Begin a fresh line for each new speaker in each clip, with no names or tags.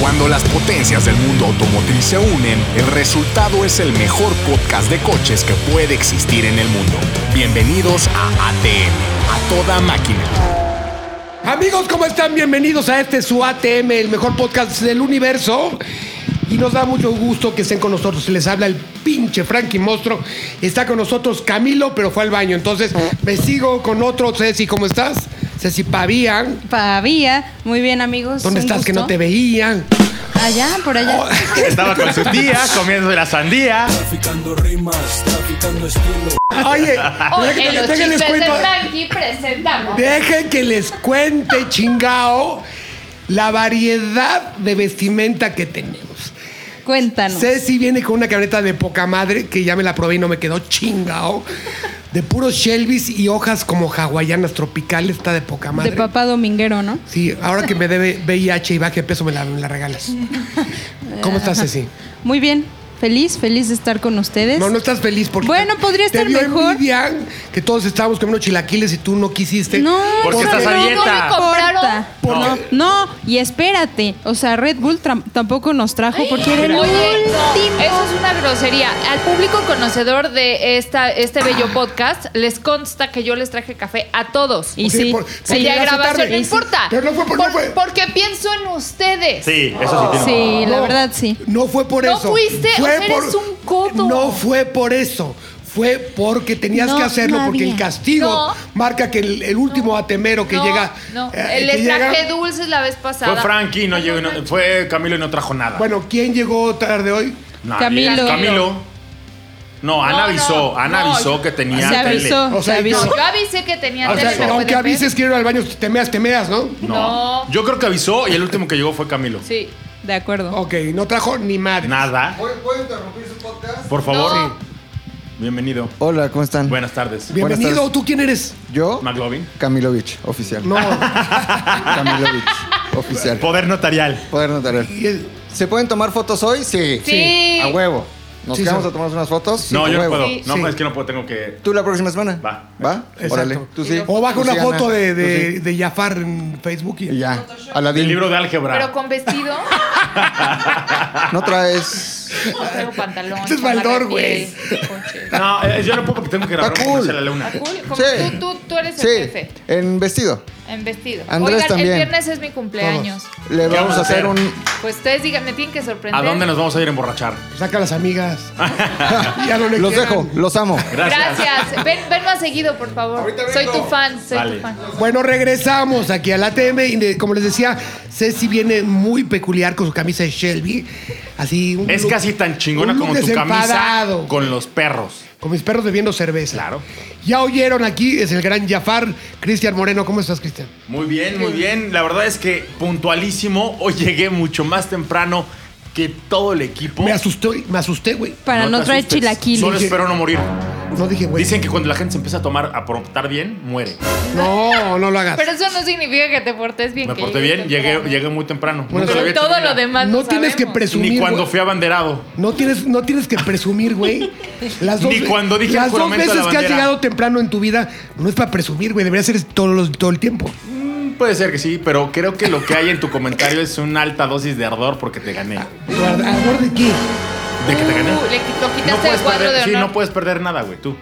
Cuando las potencias del mundo automotriz se unen, el resultado es el mejor podcast de coches que puede existir en el mundo. Bienvenidos a ATM, a toda máquina.
Amigos, ¿cómo están? Bienvenidos a este su ATM, el mejor podcast del universo. Y nos da mucho gusto que estén con nosotros. Les habla el pinche Frankie Mostro. Está con nosotros Camilo, pero fue al baño. Entonces, me sigo con otro. Ceci, ¿cómo estás? Ceci Pavía.
Pavía. Muy bien, amigos.
¿Dónde
Un
estás que
gusto.
no te veía?
Allá, por allá.
Estaba con su tía comiendo la sandía.
Traficando rimas, traficando estilo.
Oye, dejen
Oye,
que-
los
dejen
chistes
les
de
cuento-
Frankie presentamos.
Dejen que les cuente, chingao, la variedad de vestimenta que tenemos.
Cuéntanos.
Ceci viene con una camioneta de poca madre que ya me la probé y no me quedó chingao. De puros Shelby's y hojas como hawaianas tropicales, está de poca madre.
De papá dominguero, ¿no?
Sí, ahora que me debe VIH y baje de peso, me la, me la regalas. ¿Cómo estás, Ceci?
Muy bien. Feliz, feliz de estar con ustedes.
No, no estás feliz porque.
Bueno,
te-
podría
te
estar
dio
mejor.
envidia que todos estábamos comiendo chilaquiles y tú no quisiste.
No, no,
Porque estás a
no, no
dieta.
me importa.
¿Por
No, no, y espérate. O sea, Red Bull tra- tampoco nos trajo porque era el
Oye, no,
último.
eso es una grosería. Al público conocedor de esta, este bello podcast, les consta que yo les traje café a todos.
Y
Sí,
sí,
por-
sí.
porque
Y
ya
la
llegaste tarde.
grabación no
Y sí.
importa.
Pero no fue por- no fue-
Porque pienso en ustedes.
Sí, eso sí tiene.
Sí, la
No,
verdad sí.
No fue por
No
eso.
fuiste, o sea, eres un codo.
No fue por eso. Fue porque tenías
No,
que hacerlo,
no
porque el
había.
castigo
No.
marca que el, el último atemero que
No,
llega.
No,
eh, que
les
llega-
traje dulces la vez pasada.
Fue Frankie, no llegó, y no- fue Camilo y no trajo nada.
Bueno, ¿quién llegó tarde hoy?
Nadie.
Camilo.
Camilo. No, Ana
No,
avisó,
no,
Ana
no,
avisó
yo-
que tenía
Se
tele.
avisó,
O sea,
se avisó.
No, yo avisé que tenía
O sea,
tele, ¿me
aunque
pueden ver?
avises que ir al baño, te meas, te meas, ¿no?
No.
No.
Yo creo que avisó y el último que llegó fue Camilo.
Sí.
De acuerdo.
Ok, no trajo ni madre.
Nada.
¿Puedo, puedo interrumpir su podcast?
Por favor.
No.
Bienvenido.
Hola, ¿cómo están?
Buenas tardes.
Buenas
Bienvenido,
tardes.
¿tú quién eres?
Yo,
McLovin.
Camilovich, oficial.
No.
Camilovich, oficial.
Poder notarial.
Poder notar.
Y el-
¿Se pueden tomar fotos hoy? Sí.
Sí.
A huevo. ¿Nos
Sí,
quedamos
sí.
a tomar unas fotos? Sí,
no,
a
yo no
huevo.
puedo.
Sí,
no,
sí.
es que no puedo, tengo que.
¿Tú la próxima semana?
Va.
¿Va?
Exacto.
Órale. Tú sí.
O baja
Tú
una
sí,
foto
Ana.
de,
Tú
de,
sí.
de Jafar en Facebook y,
Y ya.
El
Aladín.
libro de álgebra.
Pero con vestido.
No traes.
No traigo pantalón.
Este es
chamarra de
Baldor, güey.
piel, coche.
No, eh, yo no puedo porque tengo que grabar
Está
una
cool.
a la luna.
Ah, cool. Como
Sí.
tú, tú, tú eres
Sí.
el jefe.
En vestido.
En vestido.
Andrés
Oigan,
también.
el viernes es mi cumpleaños.
Todos. Le
¿Qué
vamos a hacer un.
Pues ustedes digan, me tienen que sorprender.
¿A dónde nos vamos a ir a emborrachar?
saca a las amigas. ya no le
Los
quieran.
dejo, los amo.
Gracias.
Gracias. Ven, ven más seguido, por favor.
Ahorita
Soy
vengo.
tu fan, soy
Vale.
tu fan.
Bueno, regresamos aquí a la TM y de- como les decía, Ceci viene muy peculiar con su camisa de Shelby. Así un
Es
look-
casi tan chingona
un look
como tu camisa
desenfadado,
con los perros.
con mis perros bebiendo cerveza.
Claro.
Ya oyeron aquí, es el gran Jafar, Cristian Moreno. ¿Cómo estás, Cristian?
Muy bien, muy bien. La verdad es que puntualísimo. Hoy llegué mucho más temprano que todo el equipo.
Me asusté, me asusté, güey.
Para no,
te
traer
asustes. Solo
chilaquiles.
espero no morir.
No dije, güey.
Dicen que cuando la gente se empieza a tomar, a portar bien, muere.
No, no lo hagas.
Pero eso no significa que te portes bien.
Me
que
porté
llegues
bien, llegué,
temprano.
llegué muy temprano.
Bueno,
Nunca
sí.
lo había hecho
Todo
en mi
lo
vida.
demás
no
lo
tienes que
sabemos.
presumir.
Ni cuando
güey.
fui abanderado.
No tienes, no tienes que presumir, güey. Las
Ni cuando dije
las dos
juramento a la
veces que has
bandera.
llegado temprano en tu vida, no es para presumir, güey. Debería ser todo, los- todo el tiempo.
Mm, Puede ser que sí, pero creo que lo que hay en tu comentario es una alta dosis de ardor porque te gané.
Guarda- ¿Ardor de qué?
De que te gané.
Uh, le quitó-
No
quitaste
puedes
el cuadro de
perder,
honor.
sí, no puedes perder nada, güey. Tú.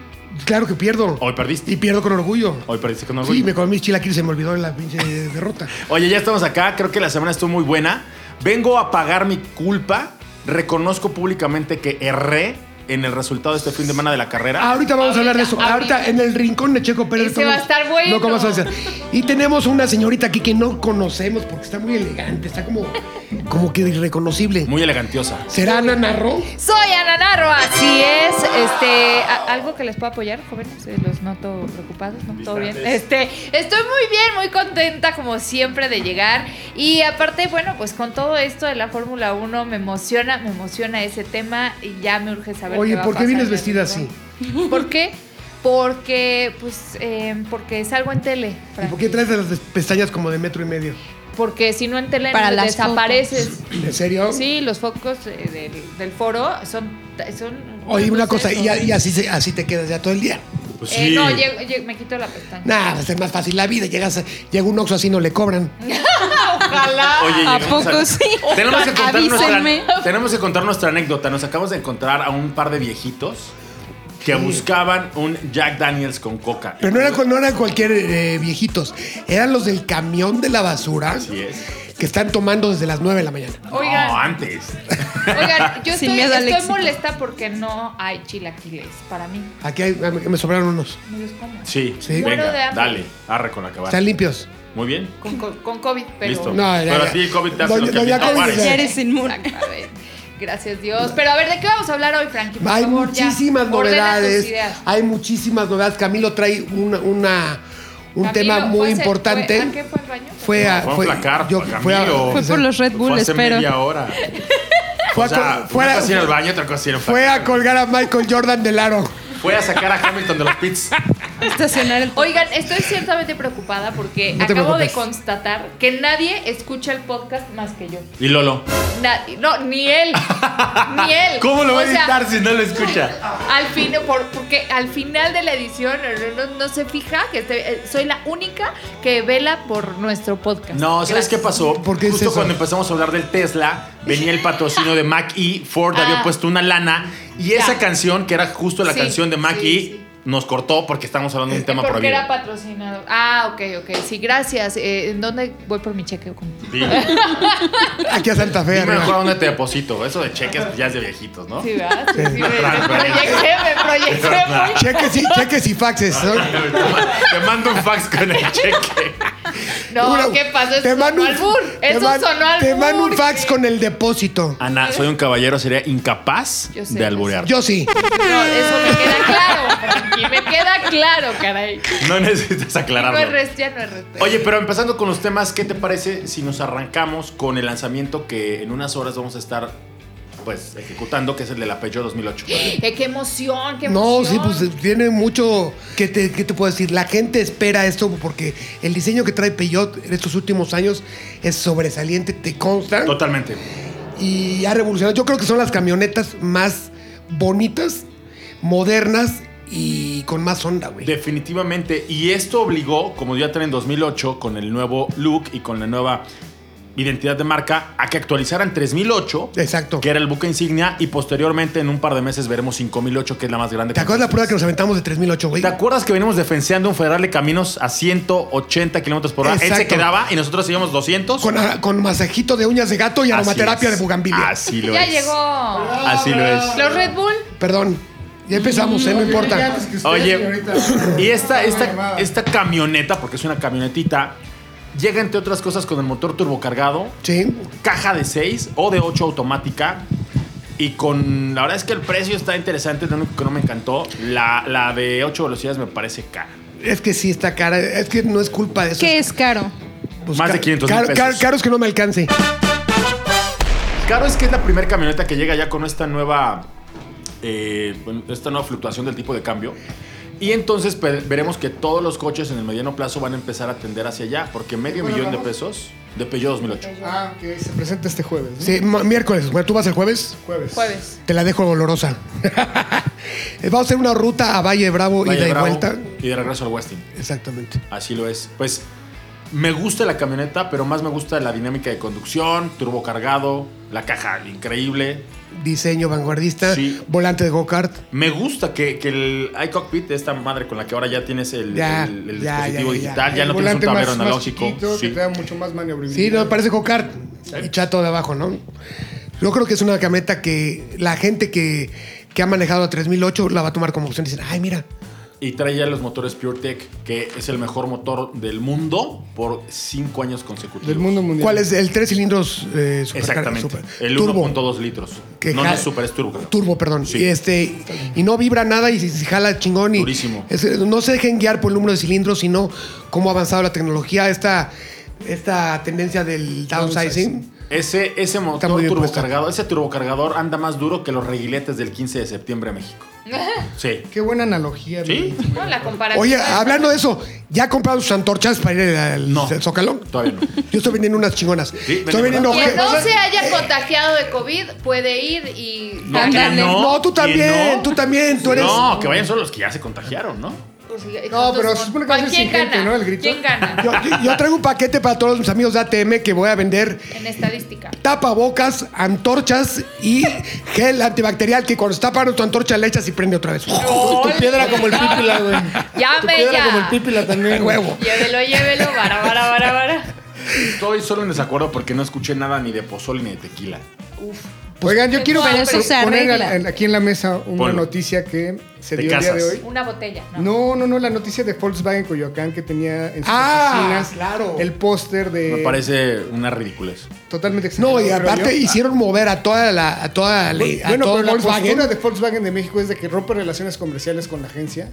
Claro que pierdo.
Hoy perdiste.
Y pierdo con orgullo.
Hoy perdiste con
Sí,
orgullo.
me comí mis chilaquiles, se me olvidó la pinche derrota.
Oye, ya estamos acá. Creo que la semana estuvo muy buena. Vengo a pagar mi culpa. Reconozco públicamente que erré en el resultado de este fin de semana de la carrera.
Ahorita vamos a hablar de eso.
Ahorita,
Ahorita,
ahorita.
en el rincón de Checo Pérez.
Ese va a
estamos-
estar bueno.
No, ¿cómo vas a hacer? Y tenemos una señorita aquí que no conocemos porque está muy elegante, está como, como que irreconocible.
Muy elegantiosa.
¿Será Ana Narro?
Soy Ana Narro, así es. Este, a- algo que les puedo apoyar, jóvenes, Eh, los noto preocupados, ¿no? Todo bien. Este, estoy muy bien, muy contenta como siempre de llegar y aparte, bueno, pues con todo esto de la Fórmula 1 me emociona, me emociona ese tema y ya me urge saber
Oye,
va a
¿por qué
pasar
vienes
en el
vestida
mundo.
así?
¿Por qué? Porque pues eh, porque salgo en tele.
¿Y
Fran.
por qué traes las pestañas como de metro y medio?
Porque si no en tele
Para
no
las
desapareces.
¿En serio?
Sí, los focos eh, del, del foro son son
Oye, una
pues,
cosa,
eso.
y, y así, se- así te quedas ya todo el día.
Pues
Eh,
sí.
no, llego- llego- me quito la pestaña.
Nada, va a ser más fácil la vida. Llegas, a- llega un oxo así, no le cobran.
Ojalá.
Oye,
¿A
llegamos
poco sí?
Tenemos que, contar nuestra,
Avísenme.
tenemos que contar nuestra anécdota. Nos acabamos de encontrar a un par de viejitos que buscaban un Jack Daniels con coca.
Pero no eran, con- no eran cualquier eh, viejitos, eran los del camión de la basura
Así es.
que están tomando desde las 9 de la mañana.
No,
Oigan,
antes.
oigan, yo
Sin
estoy,
miedo al
estoy
éxito.
molesta porque no hay chilaquiles para mí.
Aquí hay- ah, me sobraron unos.
No los como.
Sí,
Sí.
Muero de
venga,
hambre.
dale, arre con acabar.
Están limpios.
Muy bien.
Con, con- con COVID, pero.
Listo.
No, ya,
Pero
ya.
a ti el COVID te hace
Doña-
los que
doña
a ti te
Connie
aparecen.
Ya eres inmune.
Exactamente. Gracias Dios. Pero a ver, ¿de qué vamos a hablar hoy, Frankie? Por
Hay
favor, ya.
muchísimas
Ordena tus
novedades.
ideas.
Hay muchísimas novedades. Camilo trae una, una- un
Camilo,
tema muy
¿puede ser-
importante.
fue- ¿A qué fue el baño?
Fue a-
Vamos
fue-
a placar,
yo-
pa'
fue a-
Camilo.
Fue por los Red Bull,
Fue hace
espero.
media hora.
fue a
o sea,
col- fue a-
una cosa ir al baño, otra cosa ir al
fue a colgar a Michael Jordan del aro.
Fue a sacar a Hamilton de los pits.
Estacionar el
Oigan, estoy ciertamente preocupada porque
No te
acabo de
preocupes.
constatar que nadie escucha el podcast más que yo.
Y Lolo.
Nadie. No, ni él. ni él.
¿Cómo lo va a
O sea,
editar si no lo escucha?
Al fin, por- porque al final de la edición no, no- no se fija que te- eh, soy la única que vela por nuestro podcast.
No, ¿sabes qué pasó?
¿Por qué es
Justo
eso?
cuando empezamos a hablar del Tesla, venía el patrocinio de Mac E, Ford había
Ah.
puesto una lana y
Ya.
esa canción, que era justo la
Sí,
canción de Mac
sí,
E,
sí.
nos cortó porque estábamos hablando de un tema
porque
prohibido.
era patrocinado. Ah, ok, ok. Sí, gracias. Eh, ¿En dónde voy por mi cheque? ¿Cómo?
Dime,
Aquí a Santa Fe.
dime
arriba.
mejor dónde te deposito. Eso de cheques pues, ya es de viejitos, ¿no?
Sí, ¿verdad? Sí, sí, me, me
Transferencia.
proyecté, me proyecté muy
Cheques y, cheques y faxes. ¿no?
Te mando un fax con el cheque.
No,
Una-
¿qué pasó? Eso
te
sonó
mando un-
al burro.
te
Eso
man-
sonó al
Te mando un
burro.
fax con el depósito.
Ana, soy un caballero, sería incapaz
Yo sé,
de
yo
alburear.
Yo sí.
No, eso me queda claro, Frankie. Me queda claro, caray.
No necesitas
No
aclararlo.
es res- ya no es respeto.
Oye, pero empezando con los temas, ¿qué te parece si nos arrancamos con el lanzamiento que en unas horas vamos a estar pues ejecutando, que es el de la Peugeot 2008?
Eh, qué emoción, qué
No, sí,
emoción.
pues tiene mucho. ¿Qué te, qué te puedo decir? La gente espera esto porque el diseño que trae Peugeot en estos últimos años es sobresaliente, te consta.
Totalmente.
Y ha revolucionado. Yo creo que son las camionetas más bonitas, modernas y con más onda, güey.
Definitivamente. Y esto obligó, como ya traen en 2008, con el nuevo look y con la nueva identidad de marca, a que actualizaran 3008,
Exacto.
que era el buque insignia, y posteriormente en un par de meses veremos 5008, que es la más grande.
¿Te acuerdas la prueba que nos aventamos de 3008, güey?
¿Te acuerdas que venimos defenseando un Federal de caminos a 180 kilómetros por hora? Él se
Exacto.
quedaba y nosotros íbamos 200.
Con, ah, con masajito de uñas de gato y
Así
aromaterapia
es.
de bugambilia.
Así lo
Ya
es.
llegó.
Así lo es.
Los Red Bull.
Perdón. Ya empezamos, ¿eh? No importa.
Oye, y esta, esta, esta camioneta, porque es una camionetita, llega entre otras cosas con el motor turbocargado,
Sí.
caja de 6 o de 8 automática. Y con. La verdad es que el precio está interesante, lo único que no me encantó. La, la de 8 velocidades me parece cara.
Es que sí está cara. Es que no es culpa de eso.
¿Qué es caro?
Pues
Más de
ca-
500 mil
caro-
pesos.
caro- caro es que no me alcance.
Claro es que es la primera camioneta que llega ya con esta nueva. eh, bueno, esta nueva fluctuación del tipo de cambio. Y entonces pe- veremos que todos los coches en el mediano plazo van a empezar a tender hacia allá, porque medio millón de pesos de Peugeot 2008.
Ah, que se presenta este jueves. ¿no?
Sí, ma- miércoles. Bueno, tú vas el jueves.
Pues,
Jueves.
Jueves.
Te la dejo olorosa. Vamos a hacer una ruta a Valle Bravo
Valle
ida y de
Bravo
vuelta.
Y de regreso al Westing.
Exactamente.
Así lo es. Pues me gusta la camioneta, pero más me gusta la dinámica de conducción, turbo cargado, la caja increíble.
Diseño vanguardista,
Sí.
volante de go-kart.
Me gusta que, que el iCockpit, esta madre con la que ahora ya tienes el,
Ya,
el- el
ya,
dispositivo
ya, ya.
digital, ya,
El
no tienes un
volante
tablero
más- más
analógico.
chiquito,
sí.
Que te da mucho más maniobrabilidad.
Sí, no, parece go-kart. Y chato de abajo, ¿no? Yo creo que es una camioneta que la gente que, que ha manejado a 3008 la va a tomar como opción. Dicen, ay, mira,
Y trae ya los motores PureTech, que es el mejor motor del mundo por cinco años consecutivos.
Del mundo mundial.
¿cuál es el tres cilindros eh, supercar-
Exactamente.
super-
el
turbo?
1.2 litros.
Que
no, no
jala-
es super, es turbo. creo.
Turbo, perdón.
Sí.
Y este y no vibra nada y se- se jala chingón y
Durísimo.
es- no se dejen guiar por el número de cilindros, sino cómo ha avanzado la tecnología, esta esta tendencia del downsizing.
Ese, ese motor
muy bien puesto.
turbocargado, ese turbocargador anda más duro que los reguiletes del 15 de septiembre a México. Sí.
Qué buena analogía.
¿Sí?
Luis.
No, la comparación.
Oye, hablando de eso, ¿ya compraron sus antorchas para ir al
No.
Zócalo?
Todavía no.
Yo estoy vendiendo unas chingonas. estoy
vende,
vendiendo
Quien
obje-
no se haya contagiado de COVID puede ir y.
No,
Ándale.
¿quién
No, tú
¿Quién
también,
no?
tú también, tú eres
No, que vayan solo los que ya se contagiaron, ¿no?
por si.
No, pero se supone que va a ser
¿Quién
sin gente,
gana?
¿no? El grito.
¿Quién gana?
Yo, yo- yo traigo un paquete para todos mis amigos de ATM que voy a vender
En estadística.
tapabocas, antorchas y gel antibacterial que cuando está parado tu antorcha le echas y prende otra vez.
Tu piedra como el pípila, güey. Tu
Llame
piedra
ya.
como el pípila también. güey.
Huevo.
Llévelo, llévelo, vara, vara, vara, vara.
Estoy solo en desacuerdo porque no escuché nada ni de pozole ni de tequila.
Oigan, yo quiero
Pero
ver-
eso
se
poner
arregla.
en- aquí en la mesa una
Ponlo.
noticia que se
Te
dio el día de
casas.
hoy.
Una botella, ¿no?
No, no, no, la noticia de Volkswagen Coyoacán que tenía en sus
Ah,
oficinas
claro.
el póster de...
Me parece una ridiculez.
Totalmente
No, y
creo
aparte
yo.
hicieron mover a toda la, a toda la, a
Bueno,
todo
pero la
Volkswagen.
postura de Volkswagen de México es de que rompe relaciones comerciales con la agencia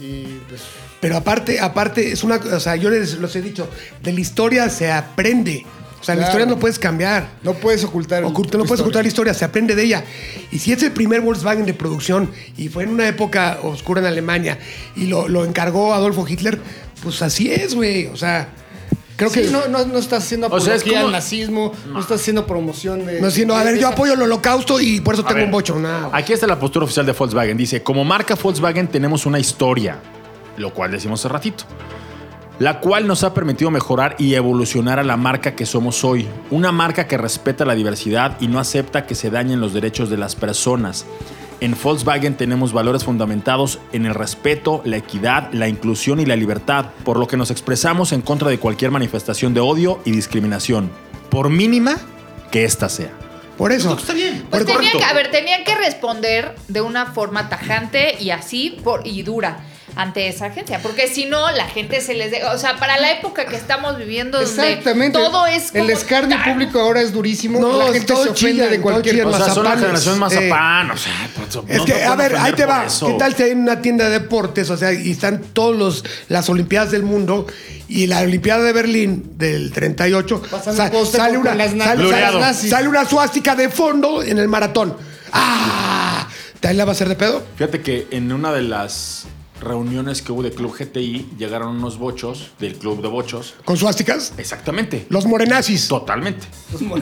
y pues...
Pero aparte, aparte, es una, o sea, yo les los he dicho, de la historia se aprende. O sea, la
Claro.
historia no puedes cambiar.
No puedes ocultar.
Oculta-
tu
no puedes
historia.
ocultar la historia, se aprende de ella. Y si es el primer Volkswagen de producción y fue en una época oscura en Alemania y lo, lo encargó Adolfo Hitler, pues así es, güey. O sea, creo
Sí,
que no,
no, no, no estás haciendo
O sea, es
apología
como-
al nazismo, no. estás haciendo promoción de.
sino, a
de-
ver,
de
yo
esa-
apoyo el holocausto y por eso
A
tengo
ver,
un bocho. nada.
Aquí está la postura oficial de Volkswagen. Dice, como marca Volkswagen tenemos una historia, lo cual decimos hace ratito, la cual nos ha permitido mejorar y evolucionar a la marca que somos hoy. Una marca que respeta la diversidad y no acepta que se dañen los derechos de las personas. En Volkswagen tenemos valores fundamentados en el respeto, la equidad, la inclusión y la libertad, por lo que nos expresamos en contra de cualquier manifestación de odio y discriminación, por mínima que ésta sea.
por eso.
Pues
Por-
tenían que, a ver, tenían que responder de una forma tajante y así por, y dura ante esa agencia, porque si no la gente se les, de- o sea, para la época que estamos viviendo donde
Exactamente.
todo es como
El escarnio
tan-
público ahora es durísimo.
No,
la gente
todo
se ofende
chillan,
de cualquier
todo
O
chillan.
cosa.
sea, son la
Mazapanes,
generación
eh,
mazapán, o sea, pues,
Es
no
que,
te pueden
a ver, ahí
ofender
te
por
va.
eso.
¿Qué tal si hay una tienda de deportes? O sea, y están todos los las Olimpiadas del mundo y la Olimpiada de Berlín del 38
Pasan
sa-
un póster
sale
con
una
las nazis.
sale- sale-
Blureado.
nazis. sale una suástica de fondo en el maratón. ¡Ah! ¿También la va a hacer de pedo?
Fíjate que en una de las reuniones que hubo de Club GTI llegaron unos bochos del Club de Bochos.
¿Con suásticas?
Exactamente.
Los morenazis.
Totalmente.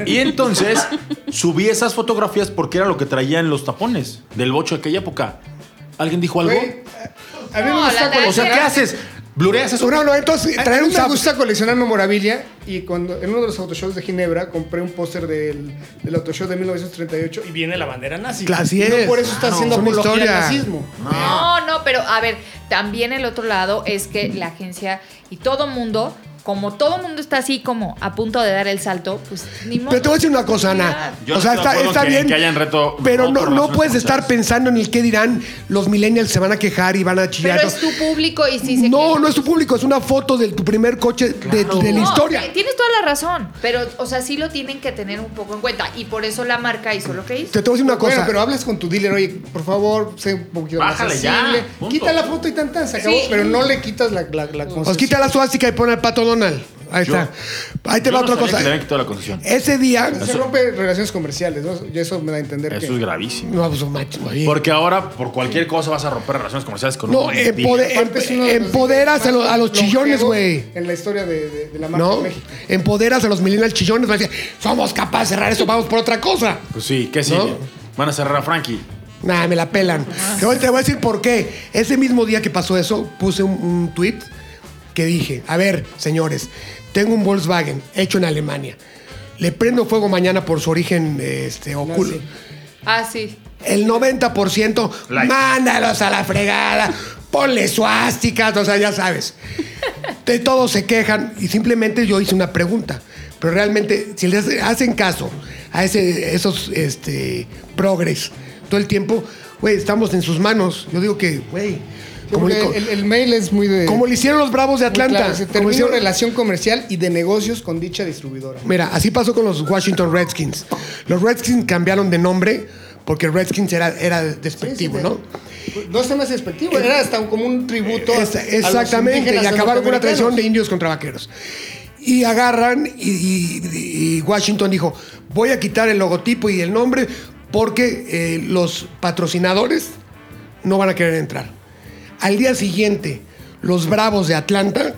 Y entonces subí esas fotografías porque era lo que traían los tapones del bocho de aquella época. ¿Alguien dijo algo?
Güey, A mí
No,
me gusta
la-
coleccionar.
O sea, ¿qué haces? ¿Blureas eso?
No, no, entonces
A-
traer
a
un
mí me
zap-
gusta coleccionar memorabilia y cuando en uno de los autoshows de Ginebra compré un póster del, del autoshow de 1938 y viene la bandera nazi.
Claro, así
Y no
es.
por eso está
Claro.
haciendo
Es una
apología al
historia.
nazismo.
No, no, pero a ver, también el otro lado es que la agencia y todo mundo, como todo mundo está así como a punto de dar el salto, pues ni modo.
Pero te voy a decir una cosa, Ana.
Yo
o sea,
no estoy de
está,
acuerdo
está
que-
bien.
que hayan reto-
pero
no
no,
por
no
razones
puedes estar
comerciales.
pensando en el qué dirán. Los millennials se van a quejar y van a chillar.
Pero es tu público y si se
no,
quiere-
no es tu público, es una foto de tu primer coche de, de la
No,
historia.
ti- Tienes toda la razón, pero, o sea, sí lo tienen que tener un poco en cuenta y por eso la marca hizo lo que hizo.
Te, te voy a decir una cosa.
Bueno, pero hablas con tu dealer, oye, por favor, sé un poquito
Bájale
más
ya,
sensible.
punto.
Quita la foto y tan tan, se acabó,
Sí.
pero no le quitas la, la, la
Os
concesión.
quita la suástica y pone al pato Donald. Ahí
Yo-
está. Ahí te
Yo
va
no
otra
sabía
cosa.
que le habían quitado la concesión.
Ese día.
Se rompe relaciones comerciales, ¿no? Y eso me da a
Eh,
entender que...
Eso es gravísimo.
No, pues, macho, oye.
Porque ahora por cualquier cosa vas a romper relaciones comerciales con
No, eh,
un
empode-
Aparte, es uno
em-
de los
empoderas a,
líderes
lo-
más
a los chillones,
longevos
güey.
En la historia de, de- de la marca
¿No?
de México.
Empoderas a los millennials chillones. Vas a decir, somos capaces de cerrar esto, vamos por otra cosa.
Pues sí, ¿qué sigue?
¿No?
Van a cerrar a Frankie.
Nah, me la pelan. Te voy, te voy a decir por qué. Ese mismo día que pasó eso, puse un, un tweet que dije, a ver, señores, tengo un Volkswagen hecho en Alemania. Le prendo fuego mañana por su origen este, oculto.
Ah, sí.
El 90%,
Like.
mándalos a la fregada, ponle suásticas, o sea, ya sabes. De todos se quejan y simplemente yo hice una pregunta. Pero realmente, si les hacen caso a ese, esos este, progres todo el tiempo, güey, estamos en sus manos. Yo digo que, güey, como,
Porque
le- co-
el, el mail es muy de...
como le hicieron los Bravos de
eh, muy claro,
Atlanta.
se
como
termina
hicieron-
relación comercial y de negocios con dicha distribuidora.
Mira, así pasó con los Washington Redskins. Los Redskins cambiaron de nombre porque Redskins era, era despectivo,
Sí, sí,
¿no?
No se me hace despectivo, era hasta como un tributo.
Es- exactamente, y acabaron con una traición de indios contra vaqueros. Y agarran y, y- y Washington dijo, voy a quitar el logotipo y el nombre porque eh, los patrocinadores no van a querer entrar. Al día siguiente, los Bravos de Atlanta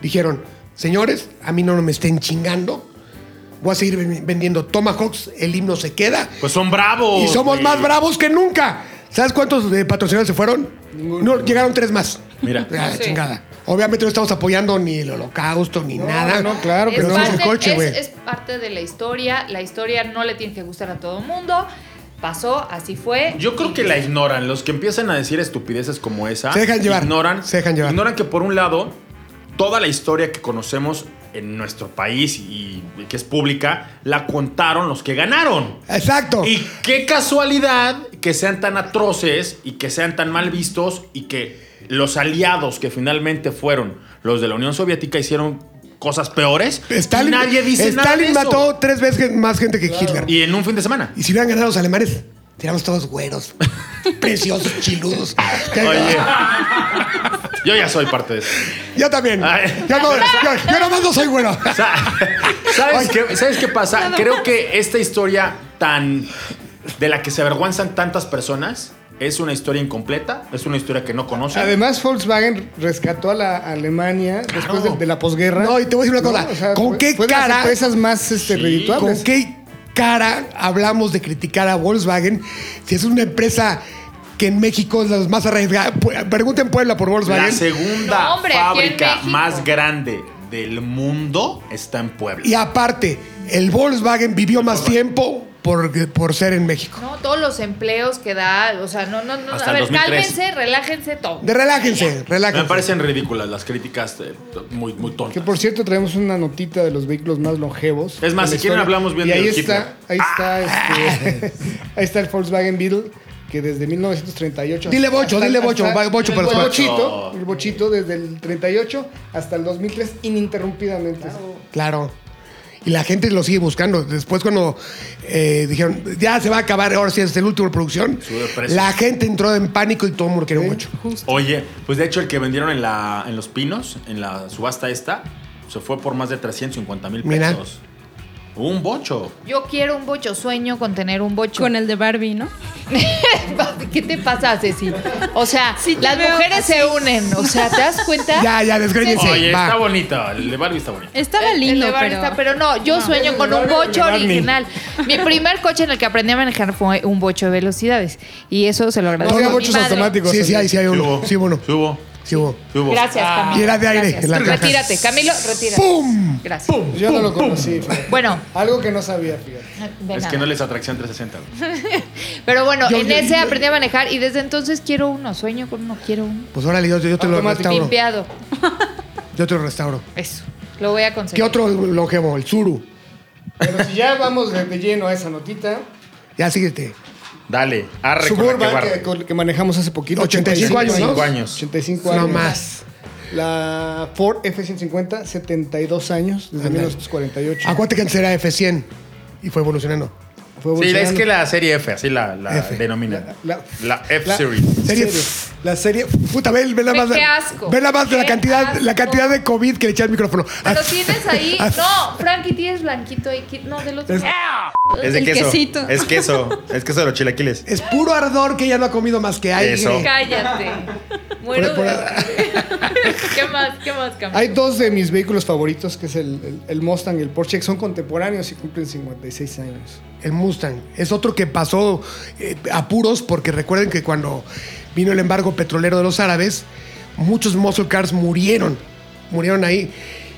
dijeron, señores, a mí no me estén chingando, voy a seguir ven- vendiendo Tomahawks, el himno se queda
Pues son bravos.
y somos
güey.
más bravos que nunca. ¿Sabes cuántos eh, patrocinadores se fueron? No, llegaron tres más.
Mira.
Ah,
Sí.
chingada. Obviamente no estamos apoyando ni el holocausto ni nada.
no, claro que
es,
pero no es el
parte,
coche,
es-
güey.
es parte de la historia. La historia no le tiene que gustar a todo el mundo. Pasó, así fue.
Yo creo que la ignoran. Los que empiezan a decir estupideces como esa.
Se dejan llevar,
Ignoran.
se dejan llevar.
Ignoran que, por un lado, toda la historia que conocemos en nuestro país y y que es pública, la contaron los que ganaron.
Exacto.
Y qué casualidad que sean tan atroces y que sean tan mal vistos y que los aliados que finalmente fueron los de la Unión Soviética hicieron cosas peores.
Stalin,
y nadie dice nada. de
Stalin
eso.
mató tres veces gen- más gente que Hitler. Y,
Y en un fin de semana.
si hubieran ganado los alemanes, tiramos todos güeros, preciosos, chiludos.
Oye. Yo ya soy parte de eso.
Yo también.
Ay.
Yo, no, yo- yo nomás no soy güero.
O sea, ¿sabes, qué, ¿Sabes qué pasa? Creo que esta historia tan. de la que se avergüenzan tantas personas es una historia incompleta, es una historia que no conocen.
Además, Volkswagen rescató a la Alemania después de, de la posguerra.
No, y te voy a decir una cosa. ¿Con
fue-
qué
fue de las
cara-
empresas más este, redituables.
¿Con qué cara hablamos de criticar a Volkswagen si es una empresa que en México es la más arriesgada? Pu- Pregunten Puebla por
la
Volkswagen.
segunda
No, hombre, aquí en
fábrica
México.
más grande del mundo está en Puebla.
Y aparte, el Volkswagen vivió más tiempo por, por ser en México.
No, todos los empleos que da. O sea, no, no, no.
Hasta
a
el
ver,
2003.
cálmense, relájense todo.
De relájense, relájense.
Me parecen ridículas las críticas eh, muy, muy
Que
tontas.
por cierto traemos una notita de los vehículos más longevos.
Es más,
de la
si quieren,
historia.
hablamos bien Ah.
y
de
ahí
Hitler.
está, ahí está, este, ahí está el Volkswagen Beetle que desde 1938.
Dile bocho, dile bocho, va- bocho
el
para los
bochito,
cuatro.
el bochito desde el 38 hasta el 2003 ininterrumpidamente.
Claro. Y la gente lo sigue buscando. Después cuando eh, dijeron, ya se va a acabar, ahora sí es el último de producción,
Sube de precio.
la gente entró en pánico y todo el mundo quería un bocho.
Oye, pues de hecho el que vendieron en, la, en Los Pinos, en la subasta esta, se fue por más de 350 mil
Mira.
pesos. Un bocho.
Yo quiero un bocho, sueño con tener un bocho.
Con el de Barbie, ¿no?
¿Qué te pasa, Ceci? O sea,
Sí, te
las
veo
mujeres se unen. O sea, ¿te das cuenta?
Ya, ya, desgreñense.
Oye,
va.
está bonito. El de Barbie está bonito.
Estaba
El- el
lindo,
de Barbie
pero...
está- no, yo sueño con un bocho
Barbie.
original. Mi primer coche en el que aprendí a manejar fue un bocho de velocidades. Y eso se lo
No
agradezco.
había
a mi
bochos
madre.
automáticos.
Sí, sí, hay, sí hay uno. Sí, uno.
Subo.
Sí hubo.
Subo.
Gracias, Camilo.
Y era de aire, en la caja.
retírate, Camilo, retírate.
¡Pum!
Gracias.
Yo no lo conocí. fíjate.
Bueno,
Algo que no sabía, fíjate.
de
Es
nada.
que no les atracción 360. güey.
Pero bueno,
Yo-
en
yo-
ese
yo-
aprendí a manejar y desde entonces quiero uno. Sueño con uno, quiero uno.
Pues órale, yo, yo te lo
Automático.
restauro.
Limpiado.
Yo te lo restauro.
Eso. Lo voy a conseguir.
¿Qué otro longevo? El Zuru.
Pero si ya vamos de, de lleno a esa notita,
Ya síguete.
Dale, arre con la que
Suburban
barre.
que, que manejamos hace poquito.
85 años, ¿no?
85 años.
85 años.
No más.
La Ford F-150, 72 años, desde
Ándale. Ah,
1948.
Acuérdate que antes era F100 y fue evolucionando.
Fue
Sí,
evolucionando.
es que la serie F, así la, la
F.
denominan. La,
La-
F-Series.
Serie.
Serie.
La serie. Puta, ve, ve la
Ve
más.
qué asco.
Ve la más de la
Qué
cantidad, la
asco.
cantidad de COVID que le eché al micrófono.
Pero
Ah,
tienes ahí.
ah,
No, Frankie, tienes blanquito ahí. que- No, de los.
Es de
El
queso.
quesito.
Es queso. Es queso de los chilaquiles.
Es puro ardor que ya no ha comido más que aire.
Eso.
Cállate. Muero
Por- por-
de- ¿Qué más? ¿Qué más, Camilo?
Hay dos de mis vehículos favoritos, que es el, el- el Mustang y el Porsche, que son contemporáneos y cumplen 56 años.
El Mustang. Es otro que pasó eh, apuros porque recuerden que cuando vino el embargo petrolero de los árabes, muchos muscle cars murieron. Murieron ahí.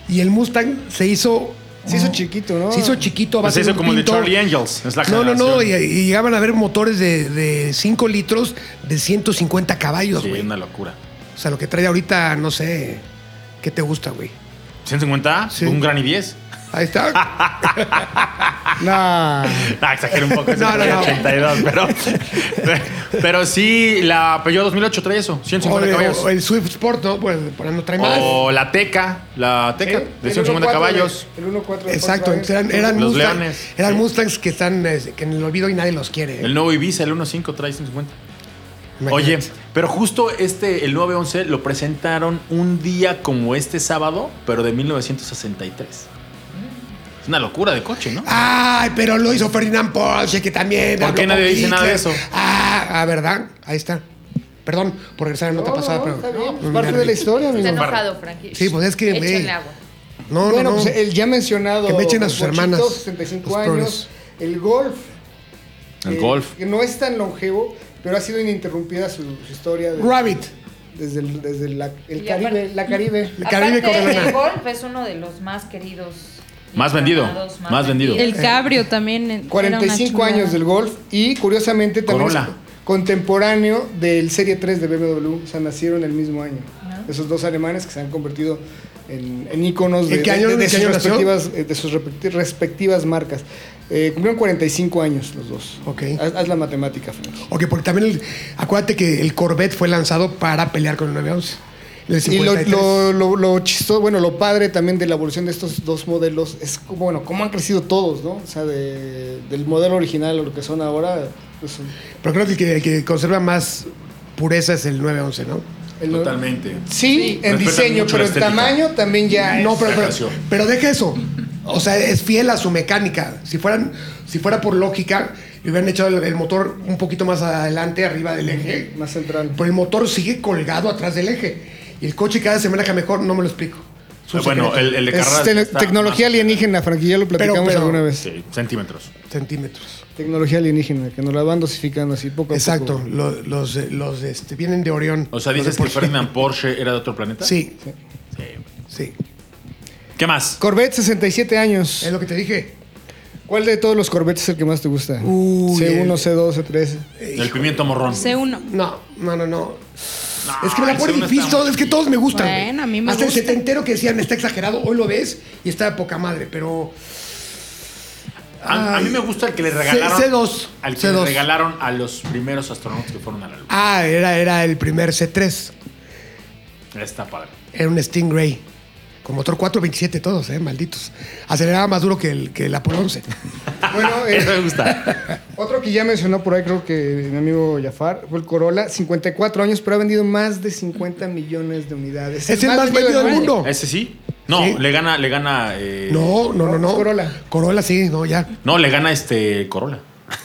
Y el Mustang se hizo... mm,
Se hizo chiquito, ¿no?
Se hizo chiquito. a
Pues
base
se hizo
un
como el de
pinto.
Charlie Angels. Es la
No, no, no. Y,
generación.
y llegaban a ver motores de- de 5 litros de 150 caballos,
Sí,
güey.
una locura.
O sea, lo que trae ahorita, no sé... ¿Qué te gusta, güey?
150,
Sí.
un gran y 10.
Ahí está.
No.
Ah, exageré un poco, es
No, no, no.
82, pero, pero sí, la Peugeot 2008 trae eso,
o,
150
el,
caballos.
o el Swift Sport, ¿no? Pues, por ahí no trae más. ¿Eh?
O la Teca, la Teca, de 150 caballos.
El 1.4 de
Exacto,
Volkswagen.
entonces eran, eran,
Los
Mustang-
leones.
eran
Sí.
Mustangs que están eh, que en el olvido y nadie los quiere.
El nuevo Ibiza, el 1.5 trae 150.
Imagínate.
Oye, pero justo este, el 911, lo presentaron un día como este sábado, pero de 1963. Es una locura de coche,
Ah,
¿no?
Ay, pero lo hizo Ferdinand Porsche, que también.
¿Por
habló
qué nadie
con
dice nada de eso?
Ah, ah, ¿verdad? Ahí está. Perdón por regresar a la nota
No,
pasada,
no,
pero.
está bien,
no, pues,
es parte
mira,
de la historia,
Está
amigo.
enojado, Frankie.
Sí, pues es que, güey.
Échenle agua.
No, no,
bueno,
no.
pues el ya mencionado.
Que me echen a sus
Bochito,
hermanas,
65
los progres.
años. El golf.
El
eh,
Golf.
Que no es tan longevo, pero ha sido ininterrumpida su, su historia. de-
Rabbit.
desde el, desde la, el
Y
Caribe,
aparte-
la Caribe.
El Caribe
Aparte,
con lana.
el golf es uno de los más queridos. y
Más vendido,
amados,
más vendido.
El cabrio también. era una
45
chulada.
años del golf y curiosamente también
Corolla.
es contemporáneo del Serie 3 de BMW. O sea, nacieron el mismo año. Esos dos alemanes que se han convertido en, en íconos de,
¿En qué
de-
año-
de- de
en qué
sus
año nació?
respectivas, eh, de sus repecti- respectivas marcas. Eh, cumplieron 45 años los dos.
Ok.
Haz, haz la matemática, Frank.
Ok, porque también el- acuérdate que el Corvette fue lanzado para pelear con el 911. en el
Y lo,
53.
lo, lo, lo chistoso, bueno, lo padre también de la evolución de estos dos modelos es, como, bueno, cómo han crecido todos, ¿no? O sea, de- del modelo original o lo que son ahora, pues,
Pero creo que el, que el que conserva más pureza es el 911, ¿no?
el-
Totalmente.
Sí,
Respetan
en diseño,
mucho
pero
la
en
estética.
tamaño también ya.
no,
No,
pero, pero,
creció.
pero deja eso. O sea, es fiel a su mecánica. Si, fueran, si fuera por lógica, le hubieran echado el, el motor un poquito más adelante, arriba del eje.
más central.
Pues,
Pero el motor sigue colgado atrás del eje. Y el coche cada semana que mejor, no me lo explico. Es un
Eh, bueno,
secreto.
el, el de
Es
Carras
te-
está
tecnología
más-
alienígena, Frankie, ya lo platicamos
pero-
alguna vez.
Sí, centímetros.
Centímetros.
Tecnología alienígena, que nos la van dosificando así poco a
Exacto.
poco.
Lo- Los, eh, los, este, vienen de Orión.
O sea,
Los de
dices que
Porsche.
Ferdinand Porsche era de otro planeta.
Sí. Sí.
¿Qué más?
Corvette, 67 años.
Es lo que te dije.
¿Cuál de todos los Corvettes es el que más te gusta?
Uy,
C1,
el-
C2, C3.
El pimiento morrón.
C1.
No, no, no, no.
No,
es que me la
el
pone
C1 está
difícil,
muy-
es que todos me gustan. güey.
Bueno, a mí me
Hasta
gusta.
el setentero que decían, está exagerado, hoy lo ves y está de poca madre, pero
A, a mí me gusta el que le
C-
regalaron.
C2,
Al que
C2.
le regalaron a los primeros astronautas que fueron a la luna.
ah, era, era el primer C3,
Está padre.
era un Stingray. Con motor 427 todos, eh, malditos. Aceleraba más duro que el, que el Apollo 11.
Bueno, eh,
Eso me gusta.
otro que ya mencionó por ahí, creo que mi amigo Jafar, fue el Corolla, 54 años, pero ha vendido más de 50 millones de unidades.
Es el más vendido del mundo.
¿Ese sí? No,
Sí.
le gana, le gana. eh,
No, no, no, no.
Corolla.
Corolla, sí, no, ya.
No, le gana este Corolla.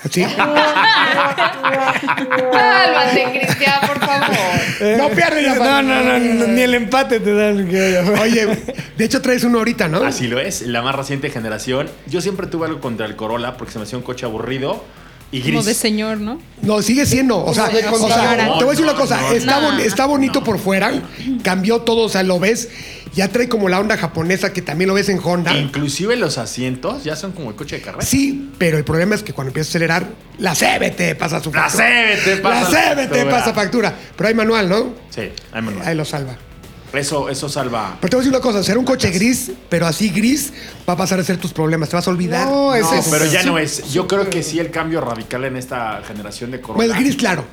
Sí.
Cálmate, Cristian, por favor.
Eh. no pierde ya.
No, no, no, no, ni el empate te dan.
Oye, de hecho traes uno ahorita, ¿no?
Así lo es, la más reciente generación. Yo siempre tuve algo contra el Corolla porque se me hacía un coche aburrido y gris.
Como de señor, ¿no?
No, sigue siendo. O sea,
de
o sea,
contar.
te voy a decir
No,
una cosa.
no,
está,
no.
boni- está bonito por fuera. Cambió todo. O sea, lo ves. Ya trae como la onda japonesa que también lo ves en Honda.
Inclusive los asientos ya son como el coche de carrera.
Sí, pero el problema es que cuando empieza a acelerar, la CBT pasa su
La CBT pasa
La
la
CBT
factura.
pasa factura. Pero hay manual, ¿no?
Sí, ahí me lo-
Ahí lo salva.
Eso, eso salva.
Pero te voy a decir una cosa. Será un coche gris, pero así gris va a pasar a ser tus problemas. Te vas a olvidar.
No,
No,
ese es-
pero ya no es. Yo creo que sí el cambio radical en esta generación de Corolla.
Bueno, el gris claro.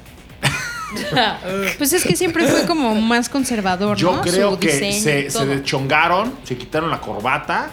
Pues es que siempre fue como más conservador,
Yo
¿no?
creo
Su
que
diseño,
se, se
todo.
deschongaron, se quitaron la corbata,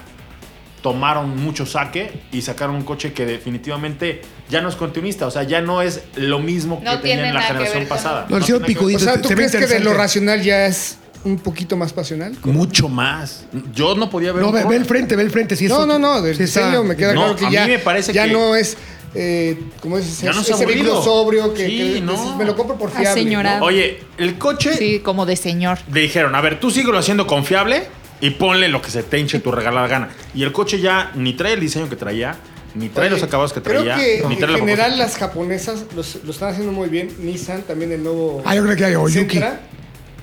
tomaron mucho saque y sacaron un coche que definitivamente ya no es continuista. O sea, ya no es lo mismo que
No
tenía
tiene
en la
nada que
generación
ver con-
pasada.
Lo hicieron
tiene nada que ver.
O
picudito.
sea, ¿tú
Se ve
crees que de lo
interesante.
racional ya es un poquito más pasional?
Mucho más. Yo no podía ver.
No,
un
ve, ve
Corolla.
el frente, ve el frente. Sí,
No,
eso-
no, no, del
sí está-
diseño me queda
No,
claro que
a mí
ya,
me parece
ya
que-
no es, eh, ¿cómo es?
Ya no
ese
es
ese vehículo
aburrido.
sobrio que,
Sí,
que
no.
dices, me lo compro
Ah,
por fiable.
Aseñorado.
Oye, el coche
Sí, como de señor.
le dijeron, a ver, tú síguelo haciendo confiable y ponle lo que se te hinche tu regalada gana. Y el coche ya ni trae el diseño que traía, ni trae
Oye,
los acabados que
Creo
traía,
que
ni
en
trae la
general las japonesas los- lo están haciendo muy bien. Nissan también el nuevo
Ah, yo creo que hay Oyuki.
Sentra.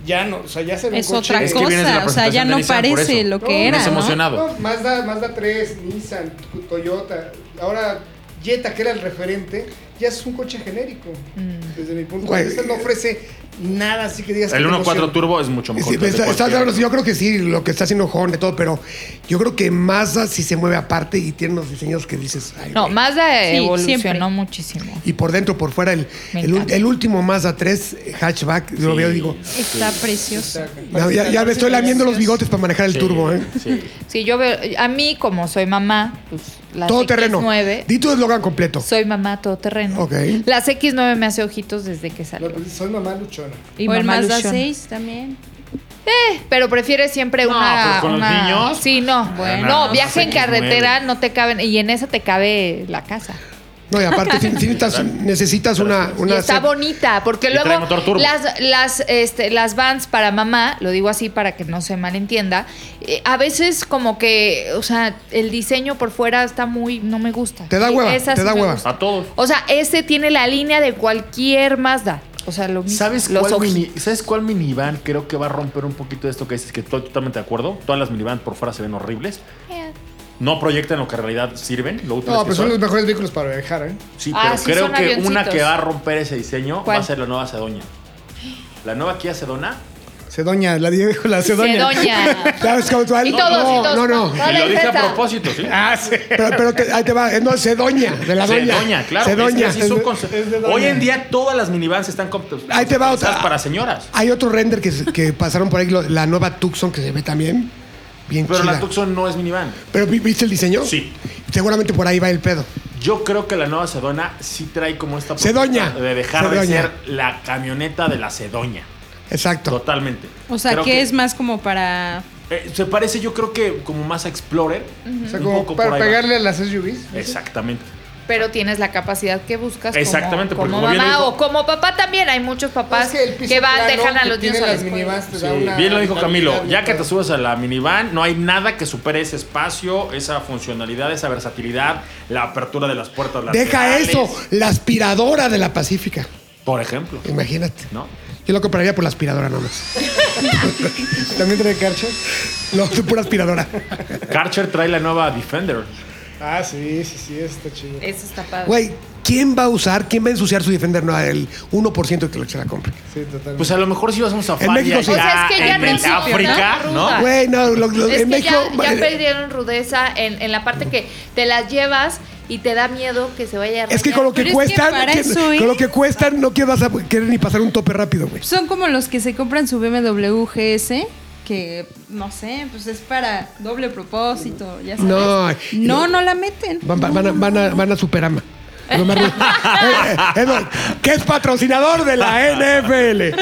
Ya no, o sea, ya se ve
Es
un coche-
otra
Es que vienes de la
cosa, o sea, ya
presentación de
no
Nissan, por
parece
eso.
lo
No,
que era,
vienes
¿no?
emocionado.
No, Mazda, Mazda 3, Nissan, Toyota, ahora Jetta, que era el referente, ya es un coche genérico.
Mm.
Desde mi punto
Güey.
de vista, no ofrece nada así que digas que
El
te
1.4
emociona.
turbo es mucho mejor.
Sí, pues,
que el de
está- está
cualquier-
claro, sí, yo creo que sí, lo que está haciendo Honda y todo, pero yo creo que Mazda sí se mueve aparte y tiene unos diseños que dices. ay,
No,
güey.
Mazda
Sí,
evolucionó
siempre.
muchísimo.
Y por dentro, por fuera, el,
Me
el, ul-
encanta.
el último Mazda 3 eh, hatchback, yo lo veo y digo.
Está precioso.
Pues
no, ya, ya me estoy lamiendo los bigotes para manejar el turbo, ¿eh?
Sí.
Sí, yo veo, a mí como soy mamá, pues las
Todo terreno.
X9,
Di tu eslogan completo.
soy mamá todoterreno.
Ok.
Las X9 me hace ojitos desde que salió.
No, pues, Soy mamá luchona.
Y
o el
mamá
Mazda
luchona.
6 también.
Pero prefieres siempre
No,
una.
pero con los
una-
niños.
Sí, no.
Bueno,
no,
no,
viaje en
X9.
carretera no te caben. Y en esa te cabe la casa.
No, y aparte, sí- sí necesitas, necesitas una. una
y está
set-
bonita, porque
Y trae
luego
motor turbo.
las las este, las vans para mamá, lo digo así para que no se malentienda, eh, a veces como que, o sea, el diseño por fuera está muy no me gusta.
Te da
Y
hueva,
esa
te
sí
da
me
hueva.
gusta.
A todos.
O sea, este tiene la línea de cualquier Mazda. O sea, lo mismo.
¿Sabes
los
cuál,
ojitos.
mini, ¿Sabes cuál minivan creo que va a romper un poquito de esto que dices? Que estoy totalmente de acuerdo. Todas las minivan por fuera se ven horribles.
Eh,
No proyectan lo que en realidad sirven. Lo útiles
No,
que
pero Pues son
son.
los mejores vehículos para viajar, ¿eh?
Sí,
Ah,
pero
sí,
creo
son
que una
avioncitos.
que va a romper ese diseño va a
¿Cuál?
ser la nueva Sedonia. La nueva Kia Sedona.
Cedoña, la dijo la Cedoña.
Cedoña.
¿Sabes cómo tú-
Y todos,
no,
y todos.
No, no.
Toda
y
la
lo dije a
defensa.
propósito, ¿sí?
Ah, sí. Pero, pero te- ahí te va. No, Cedoña. De la doña.
Sedoña, claro.
Cedoña.
es que así son con-
es de doña.
Hoy en día todas las minivans están con-
Ahí te va otra.
pensadas para señoras.
Hay otro render que, se- que pasaron por ahí, lo- la nueva Tucson que se ve también. Bien
Pero
chida.
la Tucson no es minivan.
¿Pero vi- viste el diseño?
Sí.
Seguramente por ahí va el pedo.
Yo creo que la nueva Sedona sí trae como esta
Sedoña.
propuesta de dejar de
Sedoña.
ser la camioneta de la Sedoña.
Exacto.
Totalmente.
O sea,
Creo
que, es más como para...
eh, se parece, yo creo que como más a Explorer.
O sea,
un
como
poco
para
por ahí va.
pegarle a las SUVs.
Exactamente.
Pero tienes la capacidad que buscas como-
Exactamente, porque
como,
como bien
mamá
dijo-
o como papá también. Hay muchos papás
Es el
que,
piso
van,
plano
dejan a
que
los niños
tiene
a la
las
escuela.
minivans te
Sí,
da pues, una
bien lo dijo Camilo,
estabilidad
ya que
bien
te subes a la minivan, no hay nada que supere ese espacio, esa funcionalidad, esa versatilidad, la apertura de las puertas.
Deja
laterales,
eso. La aspiradora de la Pacífica.
Por ejemplo,
Imagínate.
¿no?
Yo lo compraría por la aspiradora nomás.
padre. ¿También trae carcha?
No, soy pura aspiradora.
Karcher trae la nueva Defender.
Ah, sí, sí, sí, está chido.
Eso está padre.
Güey, ¿quién va a usar, quién va a ensuciar su Defender? No, el 1% que lo se la compre.
Sí, totalmente.
Pues a lo mejor si vas a un safari
México sí.
allá
O
sea, es que ya
en
no existe, ¿no?
África, ¿no?
Ruda.
Güey, no, lo- lo-
Ah. Es
en
que
México.
ya, ya
eh,
perdieron rudeza en, en la parte que te las llevas y te da miedo que se vaya a
es que
arañar.
con lo que
Pero es que
cuestan,
para
que-
eso
con lo
es.
que cuestan, no que vas a querer ni pasar un tope rápido, güey.
Son como los que se compran su BMW GS, que no sé, pues es para doble propósito, ya sabes.
No.
no, no la meten.
Van, van- van a, van, a, van a Superama. Es lo más ru- Eh, eh, es lo- que es patrocinador de la NFL.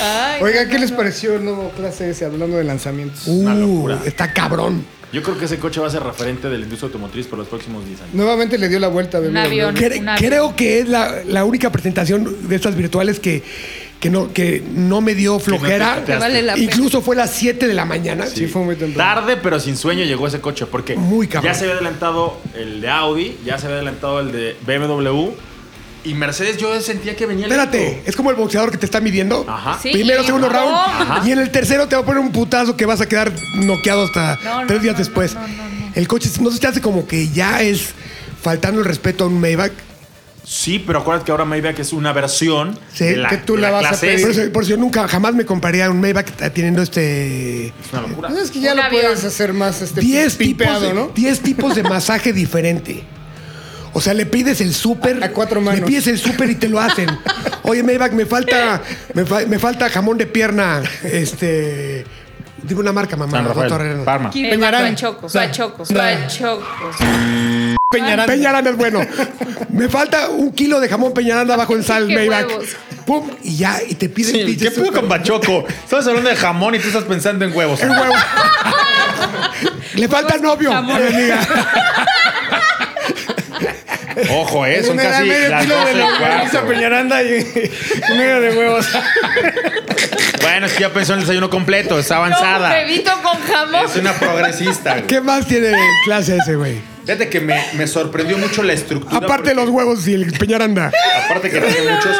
Ay,
Oiga, ¿qué les pareció el nuevo clase S hablando de lanzamientos?
Una
Uh,
locura.
está cabrón.
Yo creo que ese coche va a ser referente de la industria automotriz por los próximos 10 años.
Nuevamente le dio la vuelta a
Un
BMW.
avión.
Cre-
Un avión.
creo que es la, la única presentación de estas virtuales que, que, no, que no me dio flojera.
Que
vale la pena.
Incluso fue a las 7 de la mañana.
Sí, fue muy temprano.
Tarde pero sin sueño llegó ese coche porque
Muy cabrón.
ya se había adelantado el de Audi, ya se había adelantado el de BMW y Mercedes yo sentía que venía
Espérate,
lento.
es como el boxeador que te está midiendo.
Ajá.
Sí,
Primero, segundo
no.
round.
Ajá.
Y en el tercero te va a poner un putazo que vas a quedar noqueado hasta
No, no,
tres días
no,
después.
no, no, no, no.
El coche no se te hace como que ya es faltando el respeto a un Maybach.
Sí, pero acuérdate que ahora Maybach es una versión
Sí,
de la,
que tú
de
la
vas a
clase
pedir.
S.
Por eso, por eso yo nunca jamás me compraría un Maybach teniendo este.
Es una locura.
Pues es que ya
Un
lo
avión.
puedes hacer más este
10 tipos,
pipeado,
de,
¿no?
10 tipos de masaje diferente. O sea, le pides el súper.
A- a cuatro manos.
Le pides el súper y te lo hacen. Oye, Maybach, me falta, me, fa- me falta jamón de pierna. Este. Digo una marca, mamá.
San
no,
Rafael,
Torre, no.
Parma.
Eh,
Peñarán.
Pachocos,
No.
Pachocos,
No.
Pachocos.
Peñaranda.
Peñaranda es bueno. Me falta un kilo de jamón Peñaranda bajo en sal,
Qué
Maybach.
huevos.
Pum, y ya, y te piden.
Sí,
pinche
¿Qué pedo
súper.
con Bachoco? Estás hablando de jamón y tú estás pensando en huevos.
El huevo. Le falta novio,
Jamón.
a mi amiga.
Ojo, eh, son
Una
casi
medio
las
kilo de
12 y
la-
cuarto.
Esa Peñaranda y un medio de huevos.
Bueno, es que ya pensó en el desayuno completo, está
Un
avanzada.
huevito con jamón.
Es una progresista. güey.
¿Qué más tiene clase ese, güey?
Fíjate que me, me sorprendió mucho la estructura.
Aparte
porque-
los huevos y el Peñaranda.
Aparte que tiene muchos.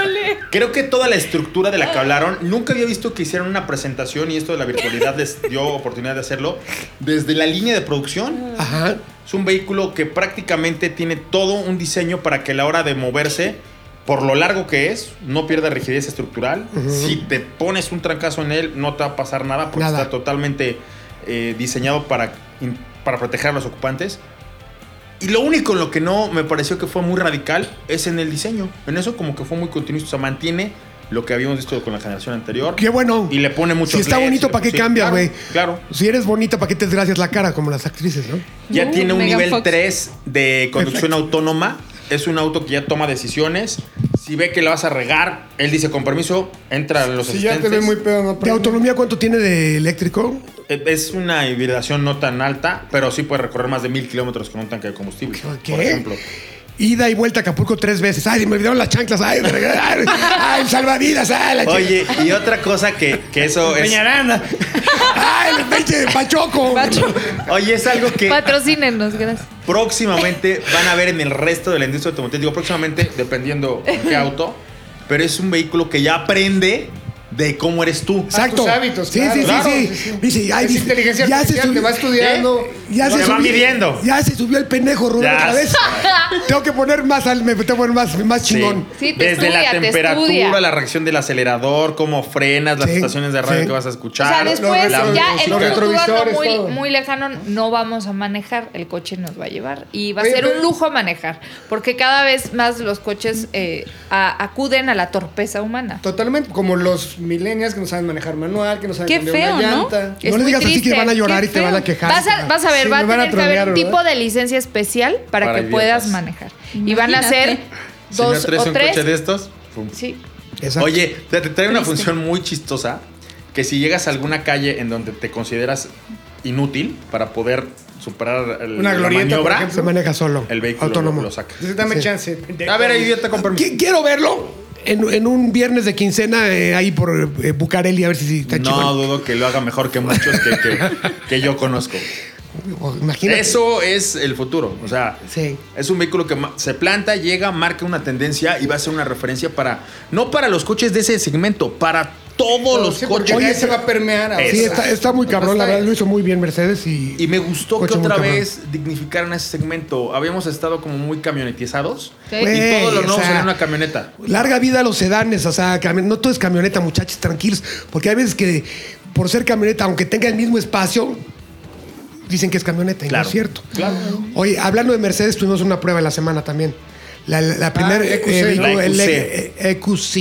Creo que toda la estructura de la que hablaron, nunca había visto que hicieran una presentación y esto de la virtualidad les dio oportunidad de hacerlo. Desde la línea de producción,
Ajá.
es un vehículo que prácticamente tiene todo un diseño para que a la hora de moverse, por lo largo que es, no pierda rigidez estructural. Si te pones un trancazo en él, no te va a pasar nada porque
Nada.
está totalmente eh, diseñado para, in- para proteger a los ocupantes. Y lo único en lo que no me pareció que fue muy radical es en el diseño. En eso como que fue muy continuista. O sea, mantiene lo que habíamos visto con la generación anterior.
Qué bueno.
Y le pone mucho
Si está bonito, ¿para qué cambia, güey?
Claro.
Si eres bonita, ¿para qué te desgracias la cara como las actrices, no?
Ya
Uh,
tiene un
Megan
nivel
Fox.
3 de conducción autónoma. Es un auto que ya toma decisiones. Si ve que la vas a regar, él dice con permiso, entra a los
Si ya te ve
asistentes.
muy pedo, no
¿De autonomía cuánto tiene de eléctrico?
Eh, Es una hibridación no tan alta, pero sí puede recorrer más de mil kilómetros con un tanque de combustible.
¿Qué?
Por ejemplo.
Ida y vuelta a Acapulco tres veces. Ay, me olvidaron las chanclas. Ay, de regreso. ay, ay, salvavidas. Ay, la chi-
Oye, y otra cosa que, que eso es.
Ay, el pinche Pachoco.
Pacho-
Oye, es algo que
Patrocínenos, gracias.
próximamente van a ver en el resto de la industria automotriz. Digo, próximamente, dependiendo en qué auto. Pero es un vehículo que ya aprende de cómo eres tú.
Exacto.
tus hábitos,
sí,
claro,
sí,
claro.
sí, sí, Dice, ay,
Es
dice,
inteligencia
ya se
artificial,
subió,
te va estudiando.
ya
Lo
se
que va
subió-
midiendo.
Ya se subió el pendejo, Rubén,
Ya
otra vez.
sé.
tengo que poner más, al- me tengo que poner más, más chingón.
Sí, te
Desde
estudia,
la
te
temperatura,
estudia.
la reacción del acelerador, cómo frenas, las
Sí,
estaciones de radio
sí.
que vas a
O
escuchar.
sea, después
la
ya el
música.
los
futuro
retrovisores,
muy,
todo.
muy lejano no vamos a manejar, el coche nos va a llevar y va a
Oye,
ser
pero-
un lujo manejar, porque cada vez más los coches eh, a- acuden a la torpeza humana.
Totalmente, como los millennials que no saben manejar manual, que no saben
Qué
cambiar
feo,
una
¿no?
llanta.
No
Es
le
muy
digas así que
triste,
van a llorar
qué
y te van
feo.
a quejar.
Vas a, vas a ver,
Sí,
va a
me van
tener que
a
haber
trolear,
un
¿verdad?
tipo de licencia especial para,
Para
que puedas
idiotas.
manejar. Y van a ser
Imagínate.
Si no
dos
traes
o
un coche de
tres.
estos, pum.
Sí.
Exacto.
Oye, te, te trae una
Triste.
función muy chistosa que si llegas a alguna calle en donde te consideras inútil para poder superar el-
Una
la
glorieta,
maniobra,
por ejemplo.
se maneja solo.
el vehículo
autónomo.
lo saca.
Dices, dame
Sí.
chance.
A ver, idiota, con permiso.
Qui- Quiero verlo en, en un viernes de quincena eh, ahí por eh, Bucareli, a ver si, si está
No
chingón.
dudo que lo haga mejor que muchos que, que- que yo conozco.
O- Oh, Imagínate.
Eso es el futuro. O sea,
Sí.
es un vehículo que ma- se planta, llega, marca una tendencia y va a ser una referencia para, no para los coches de ese segmento, para todos los
Sí, porque
coches.
ya se va a permear. ahora.
Sí, está, está muy cabrón, la
Está-
verdad, lo hizo muy bien Mercedes y...
Y me gustó
Coche
que
muy
otra
cabrón.
vez dignificaran ese segmento. Habíamos estado como muy camionetizados.
Sí.
Güey,
y todo lo
o
nuevo
sea,
sería una camioneta.
Larga vida a los sedanes, o sea, cami- no todo es camioneta, muchachos, tranquilos, porque hay veces que por ser camioneta, aunque tenga el mismo espacio, dicen que es camioneta, y no
Claro,
es cierto. Oye, hablando de Mercedes, tuvimos una prueba en la semana también. La, la-
Ah,
la primera...
EQC,
eh,
¿no?
el
E La
E- E- EQC.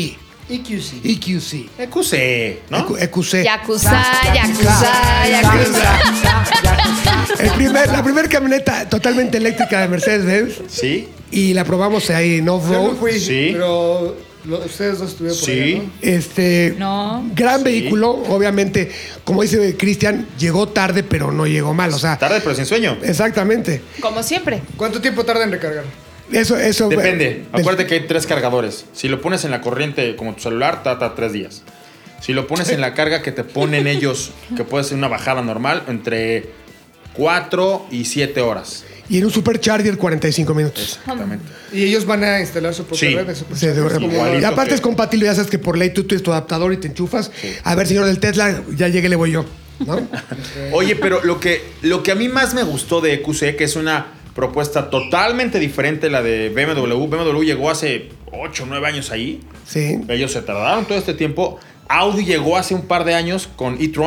EQC.
EQC.
EQC, ¿no?
EQ- EQC.
Yakuza, yakuza, yakuza.
El primer- la primera camioneta totalmente eléctrica de Mercedes-Benz
Sí,
y la probamos ahí en
Yo no
off-road.
fui,
Sí.
pero lo- ustedes dos estuvieron por
Sí.
allá, ¿no?
Este,
No.
gran vehículo, obviamente, como dice Cristian, llegó tarde, pero no llegó mal, o sea,
tarde pero sin sueño.
exactamente.
Como siempre.
¿Cuánto tiempo tarda en recargar?
Eso eso
Depende.
del-
Acuérdate que hay tres cargadores. Si lo pones en la corriente como tu celular, trata tres días. Si lo pones en la carga que te ponen ellos, que puede ser una bajada normal, entre cuatro y siete horas.
y en un supercharger 45 minutos.
Exactamente.
Y ellos van a instalar su propia
Sí.
red de
O sea, de-
superchargers.
Igualito
y aparte
que-
es compatible, ya sabes que por ley tú tienes tu adaptador y te enchufas. A ver, señor del Tesla, ya llegué, le voy yo. ¿no?
Oye, pero lo que, lo que a mí más me gustó de EQC, que es una propuesta totalmente diferente a la de BMW. BMW llegó hace 8 o 9 años ahí.
sí.
Ellos se tardaron todo este tiempo. Audi llegó hace un par de años con e-tron.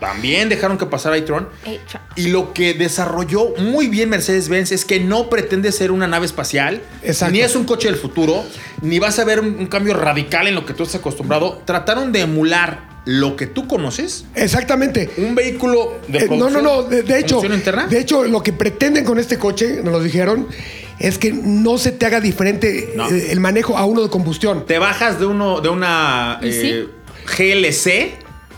También dejaron que pasara e-tron.
E-tron.
Y lo que desarrolló muy bien Mercedes-Benz es que no pretende ser una nave espacial,
Exacto.
ni es un coche del futuro, ni vas a ver un, un cambio radical en lo que tú estás acostumbrado. Trataron de emular lo que tú conoces,
Exactamente.
un vehículo de
Eh, no, no,
producción-
no, de, de hecho,
producción interna.
de hecho, lo que pretenden con este coche, nos lo dijeron, es que no se te haga diferente
No.
eh, el manejo a uno de combustión.
Te bajas de uno de una
¿Y
eh, GLC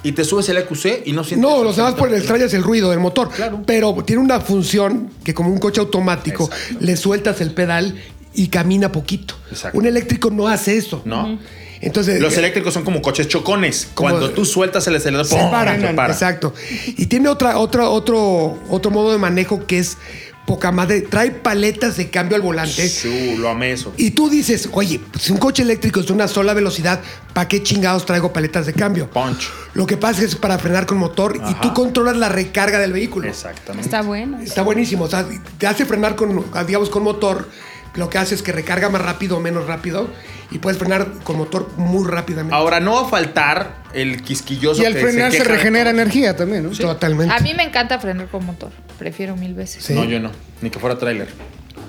y te subes el EQC y no sientes.
No, los demás pues, extrañas el ruido del motor.
Claro.
Pero tiene una función que como un coche automático, le sueltas el pedal y camina poquito.
Exacto.
Un eléctrico no hace eso.
No. Ujú.
Entonces,
Los
eh,
eléctricos son como coches chocones.
Como-
Cuando tú sueltas el acelerador,
se
¡pum!
paran.
se para.
Exacto. Y tiene otra, otra, otro, otro modo de manejo que es poca madre. Trae paletas de cambio al volante.
Sí, lo amé eso.
Y tú dices, oye, pues, si un coche eléctrico es de una sola velocidad, ¿para qué chingados traigo paletas de cambio?
Punch.
Lo que pasa es que es para frenar con motor y
Ajá.
tú controlas la recarga del vehículo.
Exactamente.
Está bueno.
Está buenísimo. O sea, te hace frenar con, digamos, con motor. Lo que hace es que recarga más rápido o menos rápido y puedes frenar con motor muy rápidamente.
Ahora no va a faltar el quisquilloso.
Y al
que
frenar se,
queja de
regenera
todo.
energía también, ¿no?
Totalmente.
A mí me encanta frenar con motor. Prefiero mil veces.
Sí.
No, yo no. Ni que fuera tráiler.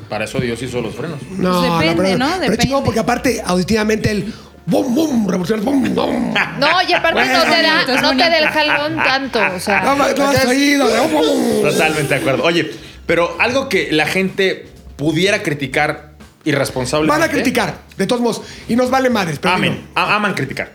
Para eso Dios hizo los frenos.
No,
Pues depende,
la verdad,
¿no?
Pero
Depende.
chingón, porque aparte, auditivamente, el boom, boom, revoluciones, boom, boom.
No, y aparte no te
bonito,
da,
es
no te
bonito.
da el jalón tanto. O
No,
sea,
no, no, has oído, boom.
Totalmente de acuerdo. Oye, pero algo que la gente pudiera criticar irresponsablemente.
Van a criticar, de todos modos. Y nos vale madres, pero
Amen, a- aman criticar.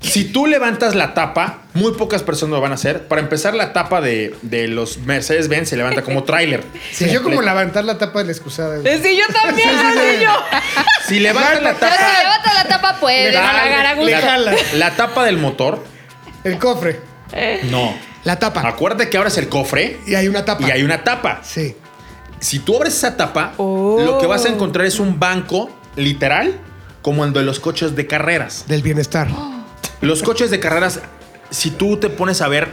Si tú levantas la tapa, muy pocas personas lo van a hacer. Para empezar, la tapa de, de los Mercedes-Benz se levanta como tráiler.
Sí, yo como levantar la tapa de la excusada. güey.
sí, yo también, así yo.
Si levantas la
Pero si
tapa,
levanta la tapa, puedes
Dale,
agarrar a gusto.
la, la tapa del motor,
El cofre.
no.
La tapa.
Acuérdate que abres el cofre
Y hay una tapa.
y hay una tapa.
Sí.
Si tú abres esa tapa, lo que vas
Oh.
a encontrar es un banco literal como el de los coches de carreras.
Del bienestar.
Oh. Los coches de carreras, si tú te pones a ver,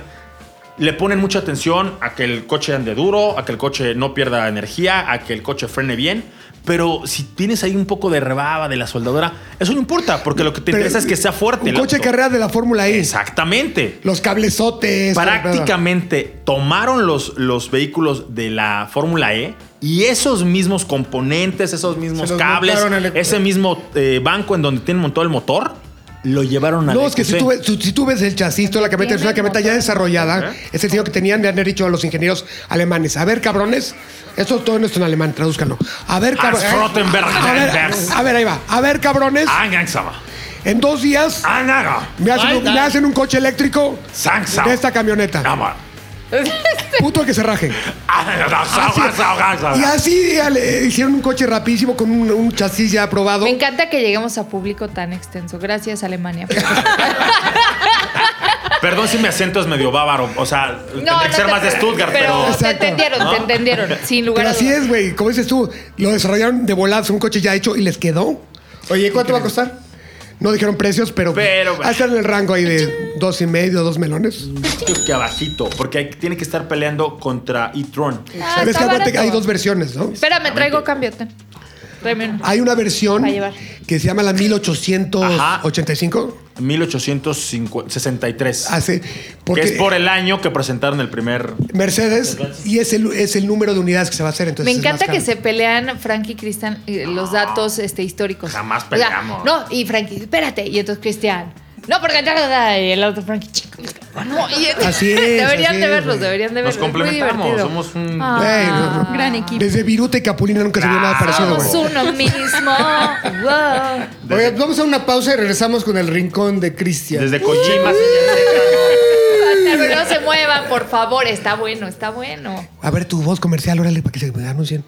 le ponen mucha atención a que el coche ande duro, a que el coche no pierda energía, a que el coche frene bien. Pero si tienes ahí un poco de rebaba de la soldadura, eso no importa, porque lo que te
Pero-
interesa es que sea fuerte.
Un
el
coche de
auto.
carrera de la Fórmula E.
Exactamente.
Los cablezotes.
Prácticamente tomaron los, los vehículos de la Fórmula E y esos mismos componentes, esos mismos
los
cables,
montaron al-
ese mismo eh, banco en donde tienen montado el motor, lo llevaron a
No,
la E
es que si
EQC.
tú, ves, si tú ves el chasis, toda la camioneta es una camioneta ya desarrollada. Es el diseño que tenían, le han dicho a los ingenieros alemanes. A ver, cabrones. Esto todo no está en alemán, tradúzcanlo. A ver, cabrones.
Als Rottenberg-
A ver, a ver, ahí va. A ver, cabrones.
Ah. Angangsama.
En dos días
Ah. Anaga.
me hacen, un, me hacen un coche eléctrico
Sansa.
de esta camioneta.
Ama.
Puto que se raje.
Ah,
Anaga,
Así-
saga, saga, saga.
y así ya le hicieron un coche rapidísimo con un, un chasis ya aprobado.
Me encanta que lleguemos a público tan extenso. Gracias, Alemania.
Perdón si mi acento es medio bávaro. O sea, tendría que ser
te-
más de Stuttgart, pero.
te
Exacto.
entendieron, te entendieron. Sin lugar
Pero
a
así
dudas.
es, güey. Como dices tú, lo desarrollaron de voladas, un coche ya hecho y les quedó.
Oye, ¿cuánto va a costar?
No dijeron precios, pero,
Pero-
va a estar en el rango ahí de dos y medio, dos melones.
Que abajito, porque hay- tiene que estar peleando contra e-tron.
Ah,
Pero es que
está
acuérdate que hay
barato.
dos versiones, ¿no?
Espérame, traigo cambio. ten. Tráeme uno.
Hay una versión
Va a llevar.
que se llama la 1885.
1863.
Ah,
Hace, porque
que es por el año que presentaron el primer.
Mercedes y es el, es el número de unidades que se va a hacer.
Me
Entonces es
encanta
más
que
caro.
se pelean Frank y Cristian eh, los datos este, históricos.
Jamás
O sea,
peleamos.
no, y Frankie, espérate. Y entonces Cristian. No, porque ya- ya- ya", y el otro Frankie, chico. No, y-
Así es,
Deberían
así
de
es,
verlos,
güey.
deberían de
Nos
verlos. Muy
complementamos,
divertido.
somos un-
Ah,
Güey, no, no.
Gran equipo.
Desde Viruta y Capulina nunca se vio nada parecido,
somos
güey.
uno mismo. Wow.
Oye, Eh, vamos a una pausa y regresamos con el rincón de Cristian.
Desde Kojima.
Pero no se muevan, por favor. Está bueno, está bueno.
A ver tu voz comercial, órale, para que se anuncien.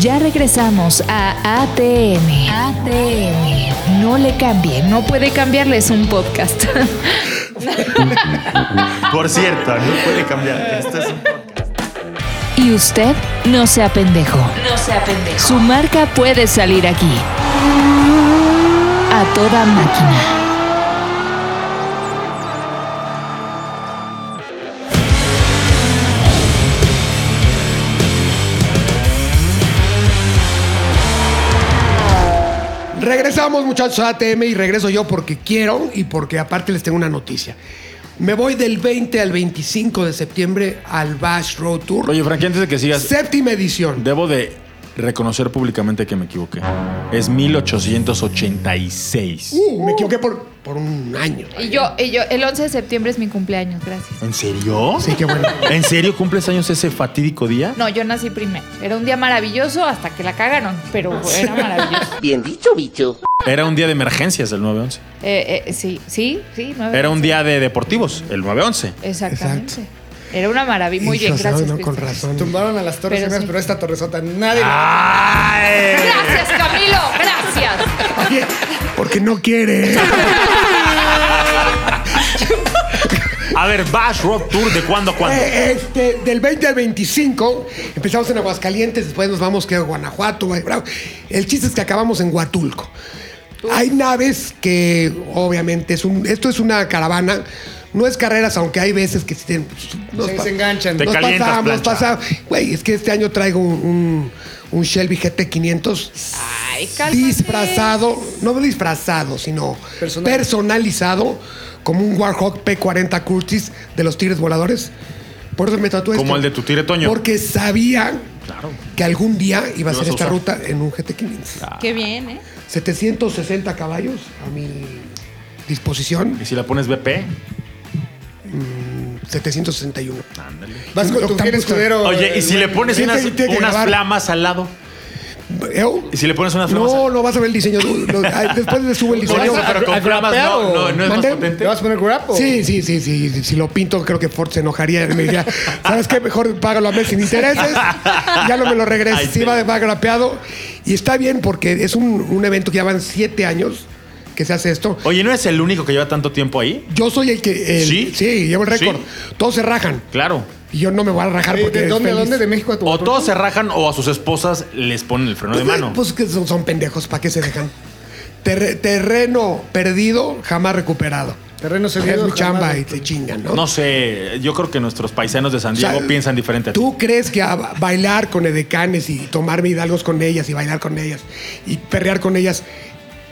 Ya regresamos a ATM. ATM. No le cambie, no puede cambiarles un podcast.
Por cierto, no puede cambiar. Esto es un podcast.
y usted no sea pendejo. No sea pendejo. Su marca puede salir aquí. A toda máquina.
Regresamos, muchachos, a ATM y regreso yo porque quiero y porque aparte les tengo una noticia. Me voy del 20 al 25 de septiembre al Bash Road Tour.
Oye, Frankie, antes de que sigas,
Séptima edición.
debo de reconocer públicamente que me equivoqué. Es 1886.
Uh, me equivoqué por, por un año.
Y yo, y yo, el 11 de septiembre es mi cumpleaños, gracias.
¿En serio?
Sí, qué bueno.
¿En serio cumples años ese fatídico día?
No, yo nací primero. Era un día maravilloso hasta que la cagaron, pero
Ah,
era maravilloso.
Bien dicho, bicho.
Era un día de emergencias el 911.
Eh, eh, sí, sí, sí. nueve
Era un
meses.
día de deportivos, el 911.
Exactamente. Era una maravilla. Muy bien,
Hijos, no,
gracias.
no, con
Cristian.
razón.
Tumbaron a las torres
Pero
pero,
sí.
pero esta torresota nadie...
Ah,
Gracias, Camilo. Gracias.
Oye, porque no quiere.
A ver, Bash Rock Tour, ¿de cuándo a cuándo?
Eh, este, del 20 al 25, empezamos en Aguascalientes, después nos vamos que a Guanajuato. Valle Bravo. El chiste es que acabamos en Huatulco. Hay naves que, obviamente, es un, esto es una caravana. No es carreras, aunque hay veces que sí tienen- pues, nos
Se-
pa-
se enganchan.
Te
nos
calientas,
pasamos,
plancha.
pasamos. Güey, es que este año traigo un, un- un Shelby GT500
Ay, cálmate.
disfrazado, no disfrazado, sino
Personal.
personalizado como un Warhawk P40 Curtis de los Tigres Voladores. Por eso me tatué
Como
esto.
el de tu tigre Toño.
Porque sabía que algún día iba a
Lo
hacer
vas a
esta
usar. Ah.
ruta en un GT500.
Qué bien, ¿eh?
760 caballos a mi disposición,
Y si la pones BP.
761.
Vas con tu
Octavio
fiel escudero. eh,
Oye, y si le pones
Sí,
unas,
tiene que
unas
grabar.
flamas al lado.
¿Eh?
Y si le pones unas flamas.
No, no vas a ver el diseño. no, no, después le subo el
Por
diseño.
eso, pero con
al
flamas no,
flapeado.
no, no es más
Mandé-
¿Te
potente.
vas a poner grap o-
Sí, sí, sí, sí. Si lo pinto, creo que Ford se enojaría. Me diría, ¿sabes qué? Mejor págalo a mes sin intereses. Ya no me lo
Ay,
regreses.
sí.
Iba de va grapeado. Y está bien porque es un, un evento que llevan siete años que se hace esto.
Oye, ¿no es el único que lleva tanto tiempo ahí?
Yo soy el que. el-
¿Sí?
llevo el récord.
Sí.
Todos se rajan.
Claro.
Y yo no me voy a rajar
Ah, ¿De,
porque.
Eh, de
es
dónde,
feliz.
dónde? ¿De México a tu
O todos se rajan o a sus esposas les ponen el freno de mano.
Pues que son, son pendejos, ¿para qué se dejan? Terre- terreno perdido, jamás recuperado.
Terreno
Es
cedido.
mi chamba
jamás.
y te chingan, ¿no?
No sé, yo creo que nuestros paisanos de San Diego
sea,
piensan diferente a ti.
¿Tú crees que a ba- bailar con edecanes y tomarme hidalgos con ellas y bailar con ellas y perrear con ellas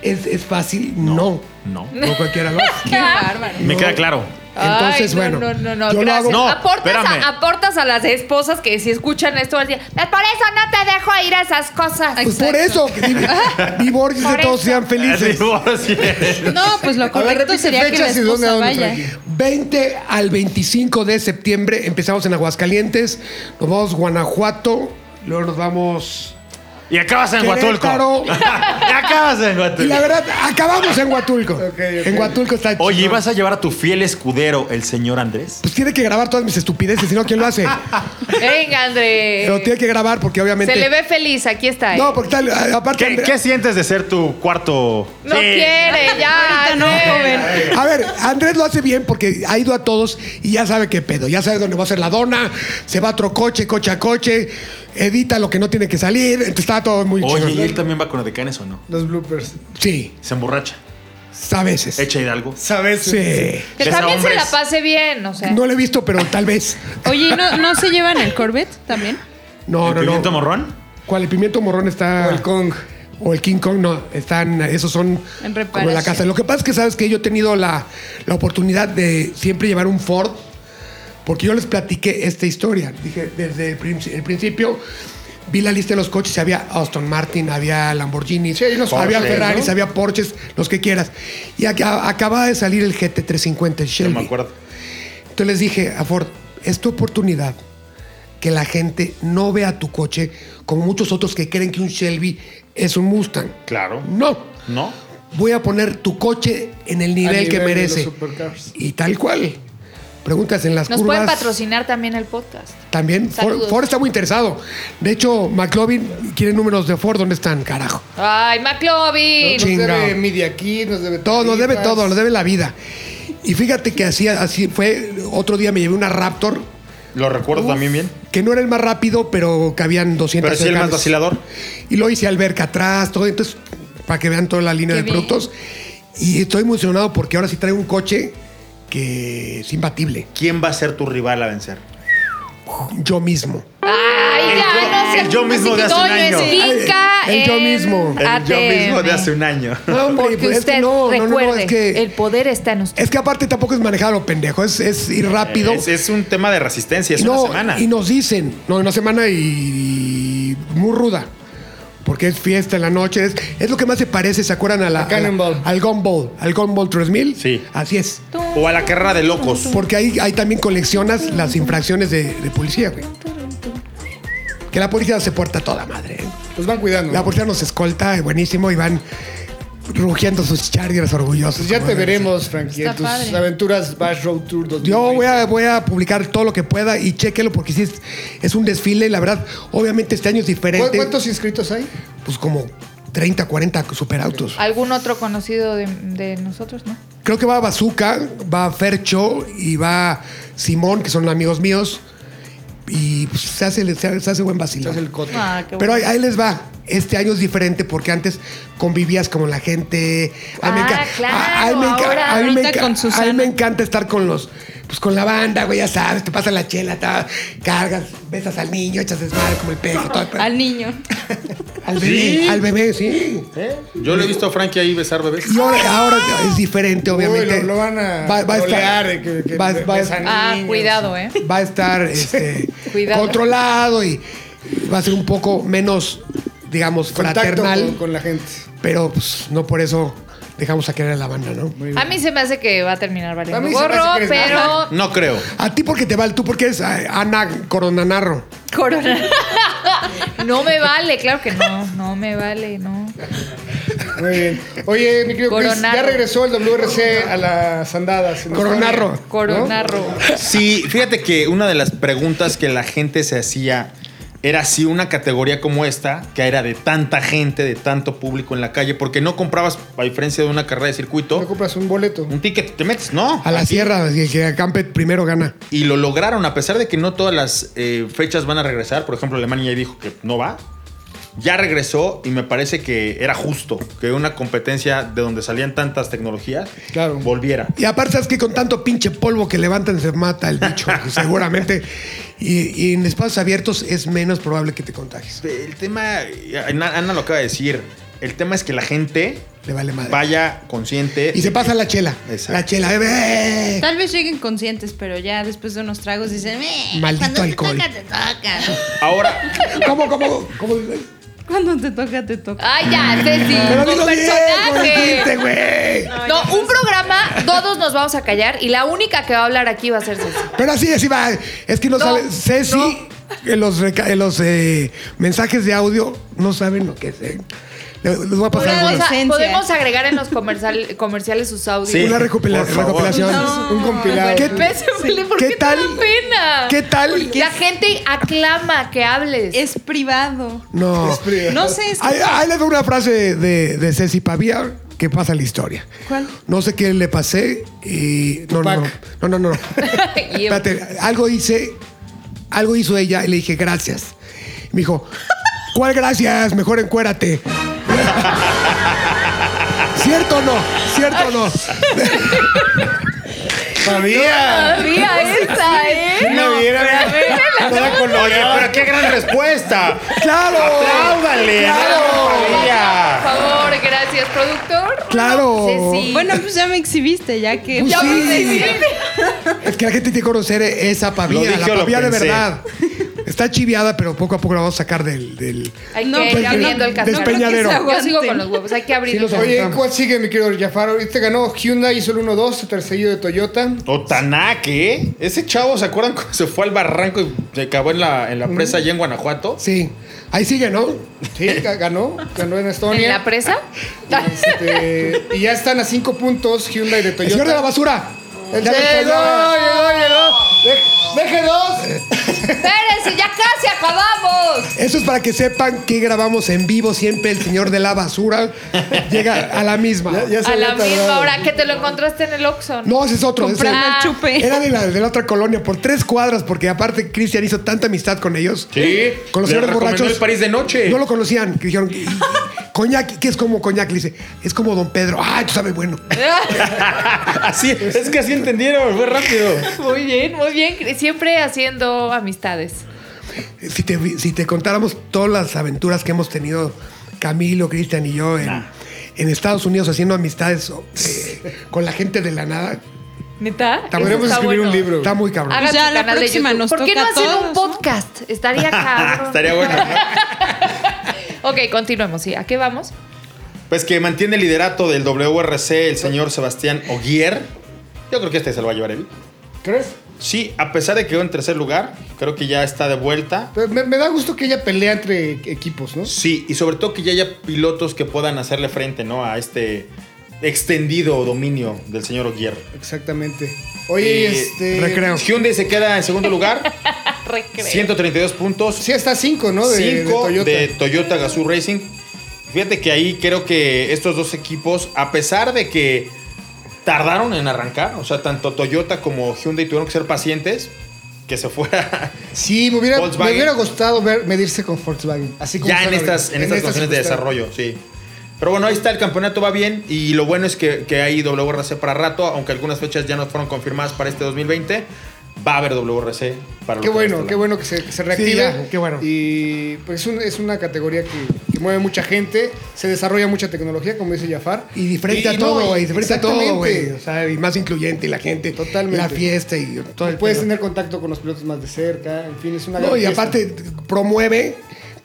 es, es fácil? No.
No.
No, cualquiera lo hace.
Qué bárbaro.
Me queda claro.
Entonces,
Ah. Ay,
bueno.
No, no,
yo
no, no.
lo
Gracias.
hago-
No,
aportas,
espérame.
a, aportas a las esposas que si escuchan esto al día. "Pues por eso no te dejo ir a esas cosas.
Pues por eso, que div- divórciense
Por
todos
eso.
sean felices.
Así es.
No, pues lo
A ver,
correcto
repite
sería que la
fechas y dónde,
esposa
dónde,
vaya.
Frankie.
20 al 25 de septiembre empezamos en Aguascalientes, nos vamos a Guanajuato, luego nos vamos...
Y acabas en Huatulco.
Querétaro.
y acabas en
Y la
Huatulco.
verdad, acabamos en Huatulco. En Huatulco está chido.
Oye, ¿y vas a llevar a tu fiel escudero, el señor Andrés?
Pues tiene que grabar todas mis estupideces, si no, ¿quién lo hace?
Venga, André.
Pero tiene que grabar porque obviamente...
Se le ve feliz, aquí está. eh.
No, porque tal, a- aparte...
¿Qué, qué sientes de ser tu cuarto?
No
Sí.
quiere, ya.
Ahorita no,
André.
joven.
A ver, Andrés lo hace bien porque ha ido a todos y ya sabe qué pedo. Ya sabe dónde va a ser la dona, se va a otro coche, coche a coche, edita lo que no tiene que salir. entonces Está todo muy
Oye, ¿y
chido.
él también va con decanes o no?
Los bloopers.
Sí,
Se emborracha,
a veces.
echa hidalgo.
¿Sabes?
Sí.
Que
Besa
también se
hombres.
la pase bien, o sea.
No lo he visto, pero tal vez.
Oye, ¿y ¿no, ¿no se llevan el Corvette también?
No,
¿El
no,
pimiento
no.
morrón?
¿Cuál? El pimiento morrón está.
O el Kong.
O el King Kong, no, están, esos son
En reparación.
como la casa. Lo que pasa es que sabes que yo he tenido la, la oportunidad de siempre llevar un Ford, porque yo les platiqué esta historia. Dije, desde el, princi- el principio vi la lista de los coches, y había Aston Martin, había Lamborghini,
Sí, hay unos
había
Porsche,
Ferraris,
¿no?
había Porsches, los que quieras. Y acá- acaba de salir el GT350 el
No
Shelby.
me acuerdo.
Entonces les dije a Ford, es tu oportunidad que la gente no vea tu coche como muchos otros que creen que un Shelby es un Mustang.
Claro.
No,
¿No?
voy a poner tu coche en el nivel,
nivel
que
de
merece.
los supercars.
Y tal cual. Preguntas en las
Nos
curvas.
pueden patrocinar también el podcast.
También Ford,
Saludos.
Ford está muy interesado. De hecho, McLovin quiere números de Ford. ¿Dónde están, carajo?
Ay, McLovin.
Nos
Chinga.
debe Media Kit, nos debe
Todo, nos debe
pues.
tripas.
todo, nos debe la vida. Y fíjate que así, así fue. Otro día me llevé una Raptor
Lo recuerdo también bien.
que no era el más rápido, pero cabían 200
Pero sí el más
cercanas.
vacilador.
Y lo hice alberca atrás, todo. Entonces, para que vean toda la línea de
Qué bien.
productos. Y estoy emocionado porque ahora sí traigo un coche que es imbatible.
¿Quién va a ser tu rival a vencer?
Yo mismo.
Ay, ya,
yo-
no sé.
el yo mismo de hace un año.
Explica
El yo
en
mismo. El
El yo mismo de
ATM.
hace un año.
No, hombre,
Porque
pues, es que
usted
no, no, no, no,
recuerde,
es que-
el poder está en usted.
Es que aparte tampoco es manejar a lo pendejo, es, es ir rápido.
Es, es un tema de resistencia, es
no,
una semana.
Y nos dicen, no, una semana y, y muy ruda. Porque es fiesta en la noche, es, es lo que más se parece, ¿se acuerdan? A la,
A Cannonball.
al Gumball, al Gumball 3000.
Sí.
Así es.
O a la carrera de locos.
Porque ahí, ahí también coleccionas las infracciones de, de policía, güey. Que la policía se porta a toda madre. ¿eh?
Los van cuidando.
La policía nos escolta, eh, buenísimo, y van rugiendo sus chargers orgullosos.
Pues ya
como
te
debe
veremos, Frankie,
Está
en tus
padre.
aventuras Bash Road Tour 2020.
Yo voy a, voy a publicar todo lo que pueda y chequelo porque sí es, es un desfile y la verdad, obviamente este año es
¿Cu-
diferente.
¿Cuántos inscritos hay?
Pues como 30, 40 superautos.
¿Algún otro conocido de, de nosotros, no?
Creo que va Bazooka, va Fercho y va Simón, que son amigos míos. Y pues, se, hace, se, hace buen vacilón.
Estás el coto.
Ah, qué
Pero ahí,
bueno.
ahí les va. Este año es diferente porque antes convivías con la gente. A mí me
Ah,
enca-
claro,
a- a mí me enca-
ahora
a mí me
ahorita
enca-
con
A mí
Susana.
me encanta estar con los. Pues con la banda, güey, ya sabes, te pasa la chela, ta- cargas, besas al niño, echas desmadre como el peso, todo el pedo.
Al niño.
Al bebé, al bebé, sí.
Yo le he visto a Frankie ahí besar bebés.
Y ahora, ahora es diferente, obviamente.
Uy, lo, lo van a
Va- va a estar-
trolear, eh, que- que
va-
be-
va a-
besan
Ah,
niños.
cuidado, ¿eh?
va a estar este,
Cuidado.
controlado y va a ser un poco menos, digamos,
Contacto
fraternal.
con, con la gente.
Pero pues, no por eso dejamos a querer a la banda, ¿no?
A mí se me hace que va a terminar
A
valiendo
mí se me hace
gorro,
que eres
pero...
No creo.
A ti porque te vale, tú porque eres eh, Ana Coronanarro.
Corona. No me vale, claro que no. No me vale, no.
Muy bien. Oye, mi querido Chris,
Coronado.
ya regresó el WRC a las andadas. Se nos
Coronarro.
fue.
Coronarro.
Sí, fíjate que una de las preguntas que la gente se hacía era así una categoría como esta, que era de tanta gente, de tanto público en la calle, porque no comprabas, a diferencia de una carrera de circuito,
No compras un boleto.
un ticket, te metes, no.
A la
Aquí-
sierra, y el que acampe primero gana.
Y lo lograron, a pesar de que no todas las eh, fechas van a regresar. Por ejemplo, Alemania ya dijo que no va. Ya regresó y me parece que era justo que una competencia de donde salían tantas tecnologías
Claro.
volviera.
Y aparte, sabes que con tanto pinche polvo que levantan se mata el bicho, seguramente. Y, y en espacios abiertos es menos probable que te contagies.
El tema, Ana, Ana lo acaba de decir, el tema es que la gente
Le vale madre.
vaya consciente.
Y se pasa la chela.
Exacto.
La chela. ¡eh!
Tal vez lleguen conscientes, pero ya después de unos tragos dicen, "Eh,
Maldito
cuando
alcohol.
te toca, te toca.
Ahora,
eh. ¿Cómo, cómo, cómo?
Cuando te toca, te toca.
Ay, ya, Ceci,
Pero
tu
dilo bien, como dijiste,
personaje.
güey.
No, un programa, todos nos vamos a callar y la única que va a hablar aquí va a ser Ceci.
Pero así es, Iba. Es que no,
No,
saben. Ceci, en los, reca- en los eh, mensajes de audio no saben lo que es. eh. Les les voy a pasar
Podemos,
algunos.
adolescencia.
podemos agregar en los comercial- comerciales sus audios.
Sí.
Una recopila-
Por favor.
recopilación.
un compilado.
¿Qué-
Pésame, ¿por
¿Qué
qué, te da
tal?
pena?
¿Qué tal?
La gente aclama que hables.
Es privado.
No.
No sé, es que-
Ahí, ahí les doy una frase de, de Ceci Pavía que pasa la historia.
¿Cuál?
No sé qué le pasé y. No, no, no.
Tupac.
No, no, no. no.
Y-
Espérate, algo hice. Algo hizo ella y le dije gracias. Me dijo, ¿cuál gracias? Mejor encuérate. ¿Cierto o no? ¿Cierto o no?
sabía.
Todavía esa, ¿eh?
No, mira, mira. Toda colorada. Oye, pero qué gran respuesta.
¡Claro!
¡Apláudale!
¡Claro!
Por favor, gracias, productor.
¡Claro!
Ceci.
Bueno, pues ya me exhibiste, ya que.
Pues
Ya
sí.
me decidí.
Es que la gente tiene que conocer esa
Lo
pavía,
dije
la
o lo
pavía de
pensé.
verdad. Está chiviada, pero poco a poco la vamos a sacar del. del-
Hay que
No,
ir
pues,
abriendo el
no,
cajón.
despeñadero.
Yo sigo con los huevos, hay que
Sí,
abrir
los
el
abrí.
cajón.
Oye, ¿cuál sigue, mi querido Jafar? Ahorita ganó Hyundai, hizo el 1-2, tercero de Toyota.
Otanaque, ¿eh? Ese chavo, ¿se acuerdan cuando se fue al barranco y se acabó en la, en la presa allá en Guanajuato?
Sí. Ahí sigue, ¿no?
Sí, ga- ganó, ganó en Estonia.
¿En la presa?
Este, y ya están a 5 puntos Hyundai de
El
Toyota.
señor de la basura.
El
Ya
señor-
me
llegó, llegó, llegó. De- Deje dos.
Espérense, ya casi acabamos.
Eso es para que sepan que grabamos en vivo siempre el señor de la basura llega a la misma.
Ya se
A la
había tardado.
misma hora que te lo encontraste en el Oxxo. ¿no?
No, ese es otro. ese-
Comprando
Ah.
el chupe.
era de la, de la otra colonia, por tres cuadras, porque aparte Cristian hizo tanta amistad con ellos.
Sí.
Con los
Le
señores
recomendó
borrachos.
el París de noche.
No lo conocían. que Dijeron, "Y- y- coñac, ¿qué es como coñac? Le dice, es como Don Pedro. Ah, tú sabes, bueno.
Así, es que así entendieron, fue rápido.
Muy bien, muy bien. Siempre haciendo amistades.
Si te, vi- si te contáramos todas las aventuras que hemos tenido Camilo, Cristian y yo en, en Estados Unidos haciendo amistades eh, con la gente de la nada,
¿Neta? Eso
Podríamos
está
escribir un
bueno.
libro.
está muy cabrón.
Hagan
Pues Ya
su
la
canal de
próxima
YouTube.
nos
¿Por qué
toca
no
a
hacen un
todos, ¿no?
podcast? Estaría cabrón.
Ah, Estaría bueno. ¿no?
Ok, continuemos. ¿sí? ¿A qué vamos?
Pues que mantiene el liderato del WRC el señor Sebastián Oguier. Yo creo que este se lo va a llevar él.
¿Crees?
Sí, a pesar de que quedó en tercer lugar, creo que ya está de vuelta.
Pero Me, me da gusto que ella pelea entre equipos, ¿no?
Sí, y sobre todo que ya haya pilotos que puedan hacerle frente, ¿no? A este extendido dominio del señor Oguier.
Exactamente. Oye,
Eh,
este.
recreo.
Hyundai se queda en segundo lugar,
Recreo.
132 puntos.
Sí, hasta 5, ¿no? De, de
5
Toyota.
de Toyota Gazoo Racing. Fíjate que ahí creo que estos dos equipos, a pesar de que tardaron en arrancar, o sea, tanto Toyota como Hyundai tuvieron que ser pacientes, que se fuera
Sí, me hubiera, me
Volkswagen.
hubiera gustado ver medirse con Volkswagen. Así como
ya en
están
estas,
ahorita.
en estas condiciones de
circunstancias.
desarrollo, sí. Pero bueno, ahí está, el campeonato va bien y lo bueno es que, que hay WRC para rato, aunque algunas fechas ya no fueron confirmadas para este 2020, va a haber WRC para
Qué
lo que resta
bueno, qué
del año.
bueno que se, que se reactiva.
ya, qué bueno.
Y pues es, un- es una categoría que, que mueve mucha gente, se desarrolla mucha tecnología, como dice Jafar.
Y diferente a
no,
todo, güey. Diferente a todo, güey. O
exactamente.
sea, y más incluyente, y la gente.
Totalmente.
La fiesta y todo el
Puedes
pedo.
tener contacto con los pilotos más de cerca, en fin, es una
No,
gran
y
fiesta.
aparte promueve,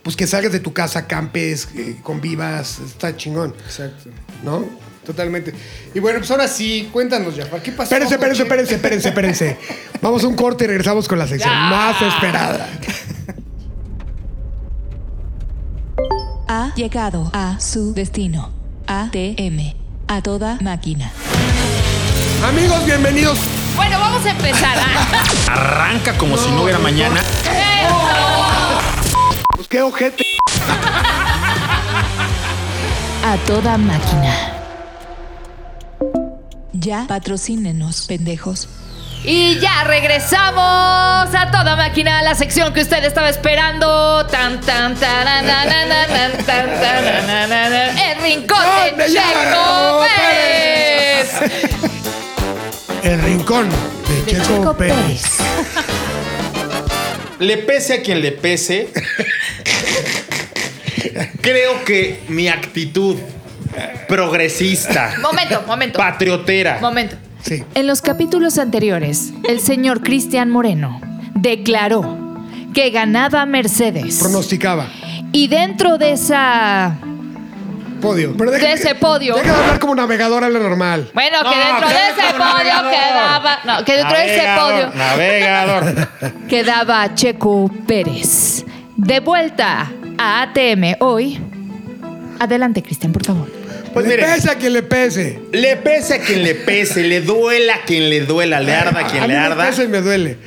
pues que salgas de tu casa, campes, eh, convivas, está chingón,
Exacto,
¿no?
totalmente. Y bueno, pues ahora sí, cuéntanos, Jafar, ¿qué pasó?
Espérense, espérense,
coche?
espérense, espérense, espérense. Vamos a un corte y regresamos con la sección
Ya.
más esperada.
Ha llegado a su destino. ATM. A toda máquina.
Amigos, bienvenidos.
Bueno, vamos a empezar. Ah,
Arranca como si no hubiera mañana.
qué ojete.
A toda máquina. Ya patrocínenos, pendejos.
Y ya regresamos a toda máquina, a la sección que usted estaba esperando. Tan, tan, taran, nan, nan, nan, nan, tan, taran, nan, nan, nan. El rincón de
¿Dónde ya?
Checo Pérez.
El rincón de, Checo, Pérez.
Le pese a quien le pese, creo que mi actitud progresista,
Momento, momento.
patriotera,
Momento.
Sí.
En los capítulos anteriores, el señor Cristian Moreno declaró que ganaba Mercedes.
Pronosticaba.
Y dentro de esa.
Podio. Pero
De ese podio.
Deja de hablar como navegadora lo normal.
Bueno, que
No,
dentro
que
de
dentro
ese
del
podio
navegador.
quedaba. No, que dentro de ese
Navegador,
podio
Navegador.
quedaba Checo Pérez. De vuelta a ATM hoy. Adelante, Cristian, por favor.
Pues
le
mire,
pese a quien le pese.
le pese a quien le pese, le duela a quien le duela, le arda a
a
quien
mí
le
me
arda.
pesa y me duele.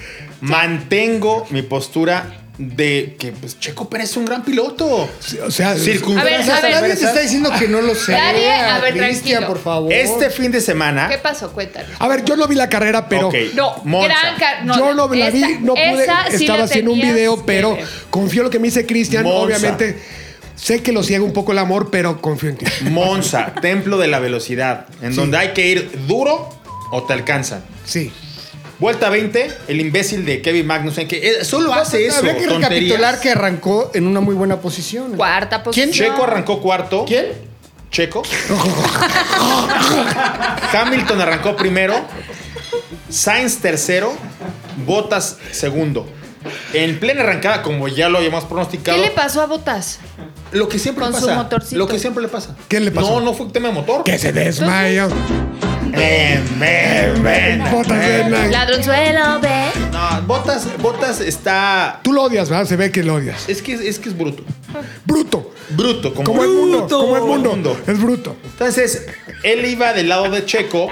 Mantengo mi postura de que pues, Checo Pérez es un gran piloto.
O sea,
Circun-
A ver, a ver.
Nadie te está diciendo que no lo sé.
Nadie, a ver, tranquilo.
por favor.
Este fin de semana.
¿Qué pasó? Cuéntanos.
a ver, yo no vi la carrera, pero
Ok,
No,
Monza.
gran car- no,
yo no la vi,
esa-
no pude,
esa sí
estaba
la
haciendo un
tenías
video,
que
pero
ver.
confío en lo que me dice Cristian,
Monza.
obviamente. Sé que lo ciega un poco el amor, pero confío en ti.
Monza, templo de la velocidad, en
Sí.
donde hay que ir duro o te alcanzan.
Sí.
Vuelta 20, el imbécil de Kevin Magnussen, que eh, solo hace eso.
Habría que
tonterías.
recapitular que arrancó en una muy buena posición.
Cuarta posición.
Checo arrancó cuarto. ¿Quién? Checo. Hamilton arrancó primero. Sainz tercero. Bottas segundo. En plena arrancada, como ya lo habíamos
¿Qué
pronosticado,
le pasó a Botas?
lo que siempre
con
le
su
pasa.
motorcito?
Lo que siempre le pasa.
¿Qué le pasó?
No, no fue tema de motor. Em,
Que se desmayó.
Ven, ven, ven.
Botas de na-
Ladronzuelo, ve.
No, Botas, Botas está.
Tú lo odias, ¿verdad? Se ve que lo odias.
Es que es, que es bruto.
Bruto.
Bruto, como,
Como el mundo. Como el
Como
mundo. Es bruto.
Entonces, él iba del lado de Checo,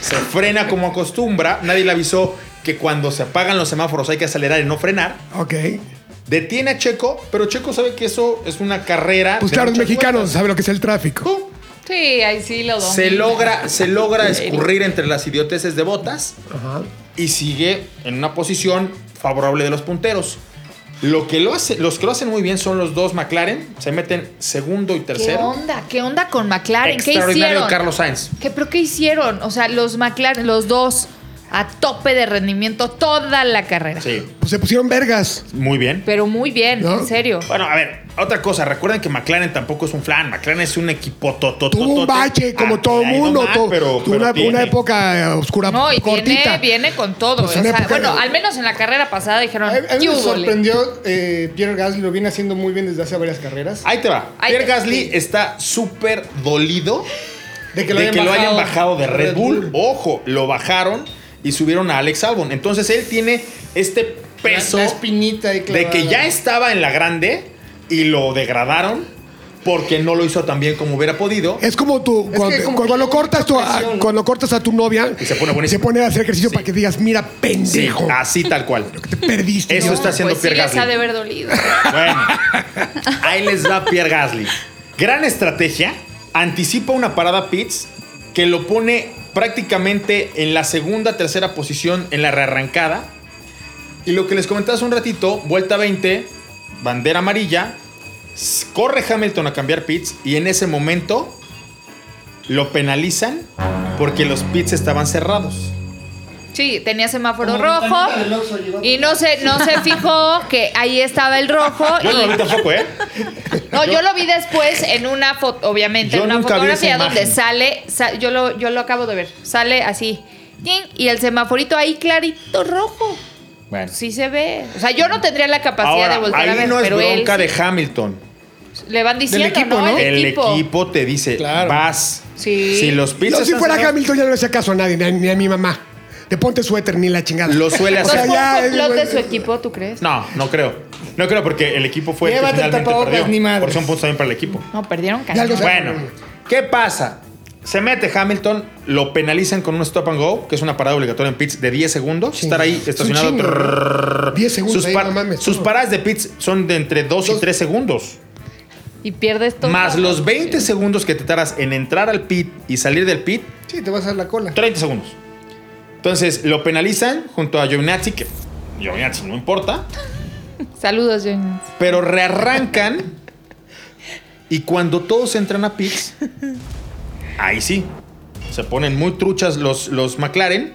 se frena como acostumbra. Nadie le avisó que cuando se apagan los semáforos hay que acelerar y no frenar.
Ok.
Detiene a Checo, pero Checo sabe que eso es una carrera.
Pues
de
claro, los
muchas
mexicanos
vueltas.
saben lo que es el tráfico.
Pum.
Sí, ahí sí lo domina.
Se logra, se logra escurrir entre las idioteces de botas y sigue en una posición favorable de los punteros. Lo que lo hace, los que lo hacen muy bien son los dos McLaren. Se meten segundo y
¿Qué
tercero.
onda? ¿Qué onda con McLaren? ¿Qué
Extraordinario
hicieron?
Carlos Sainz.
¿Qué, ¿Pero qué hicieron? O sea, los McLaren, los dos, a tope de rendimiento toda la carrera.
Sí,
Pues se pusieron vergas.
muy bien.
Pero muy bien,
¿No?
en serio.
Bueno, a ver, otra cosa, recuerden que McLaren tampoco es un flan, McLaren es un equipo totototote.
Tuvo un bache como
Ah,
todo
ha ido
mundo.
mal,
to-
pero-
tuvo
pero
una,
tiene.
una época eh, oscura
No, y
cortita.
viene, viene con todo.
Pues
o
una
sea,
época-
bueno, al menos en la carrera pasada dijeron,
A a mí
"¿Qué
me
hubo, le?".
sorprendió eh, Pierre Gasly, lo viene haciendo muy bien desde hace varias carreras.
Ahí te va.
Ahí
Pierre
te-
Gasly
sí.
está súper dolido de que, lo, hayan bajado de Red, Bull. Ojo, lo bajaron y subieron a Alex Albon. Entonces él tiene este peso
La espinita ahí
de
clavada.
que ya estaba en la grande y lo degradaron porque no lo hizo tan bien como hubiera podido.
Es como tú,
Es
cuando,
que como
cuando
que
lo cortas tú, a,
presión, ¿no?
cuando cortas a tu novia
Y se pone buenísimo.
a hacer ejercicio para que digas, mira,
Sí,
pendejo,
así tal cual.
te perdiste.
Eso
¿no?
está haciendo
pues sí
Pierre
les
Gasly.
ha de haber dolido.
Bueno, ahí les da Pierre Gasly. Gran estrategia. Anticipa una parada pits que lo pone prácticamente en la segunda, tercera posición en la rearrancada. Y lo que les comentaba hace un ratito, vuelta 20, bandera amarilla, s- corre Hamilton a cambiar pits y en ese momento lo penalizan porque los pits estaban cerrados.
Sí, tenía semáforo
Como
rojo
ventanita del Oxxo llegó.
y no se, no se fijó que ahí estaba el rojo.
Yo no lo vi
y,
tampoco, ¿eh?
no, yo, lo vi después en una foto, obviamente,
Yo
en una
nunca vi esa
fotografía donde
imagen.
sale, sa- yo, lo, yo lo acabo de ver, sale así. ¡ting! Y el semaforito ahí clarito rojo.
Bueno.
Sí se ve. O sea, yo no tendría la capacidad
Ahora,
de volver a
ahí
ver,
no es
pero él
bronca
sí.
de Hamilton.
le van diciendo,
equipo,
¿no?
¿no?
El, equipo.
te dice,
Claro.
vas.
Sí.
Si los pits
Yo, si
están
fuera
cerrados,
Hamilton, ya no le hacía caso a nadie, ni a, ni a mi mamá. Te ponte suéter ni la chingada.
lo suele
Entonces,
hacer.
O sea, ya,
¿fue un complot
es-
de su equipo, tú crees?
No, no creo. No creo porque el equipo fue el que
Llévate el
finalmente
tapabocas,
perdió.
ni madres.
Por eso un punto también para el equipo.
No, perdieron
Ya
cañón.
lo sé.
Bueno, ¿qué pasa? Se mete Hamilton, lo penalizan con un stop and go, que es una parada obligatoria en pits de 10 segundos. Estar ahí
Es un
estacionado
chingo, ¿no?
trrr,
10 segundos
Sus,
ahí,
par-
no mames.
sus paradas de pits son de entre 2 y 3 segundos.
Y pierdes todo.
Más
Ah,
los 20 segundos que te tardas en entrar al pit y salir del pit,
Sí, te vas a la cola.
30 segundos. Entonces lo penalizan junto a Giovinazzi, que Giovinazzi no importa,
Saludos, John.
pero rearrancan y cuando todos entran a pits, ahí sí, se ponen muy truchas los, los McLaren.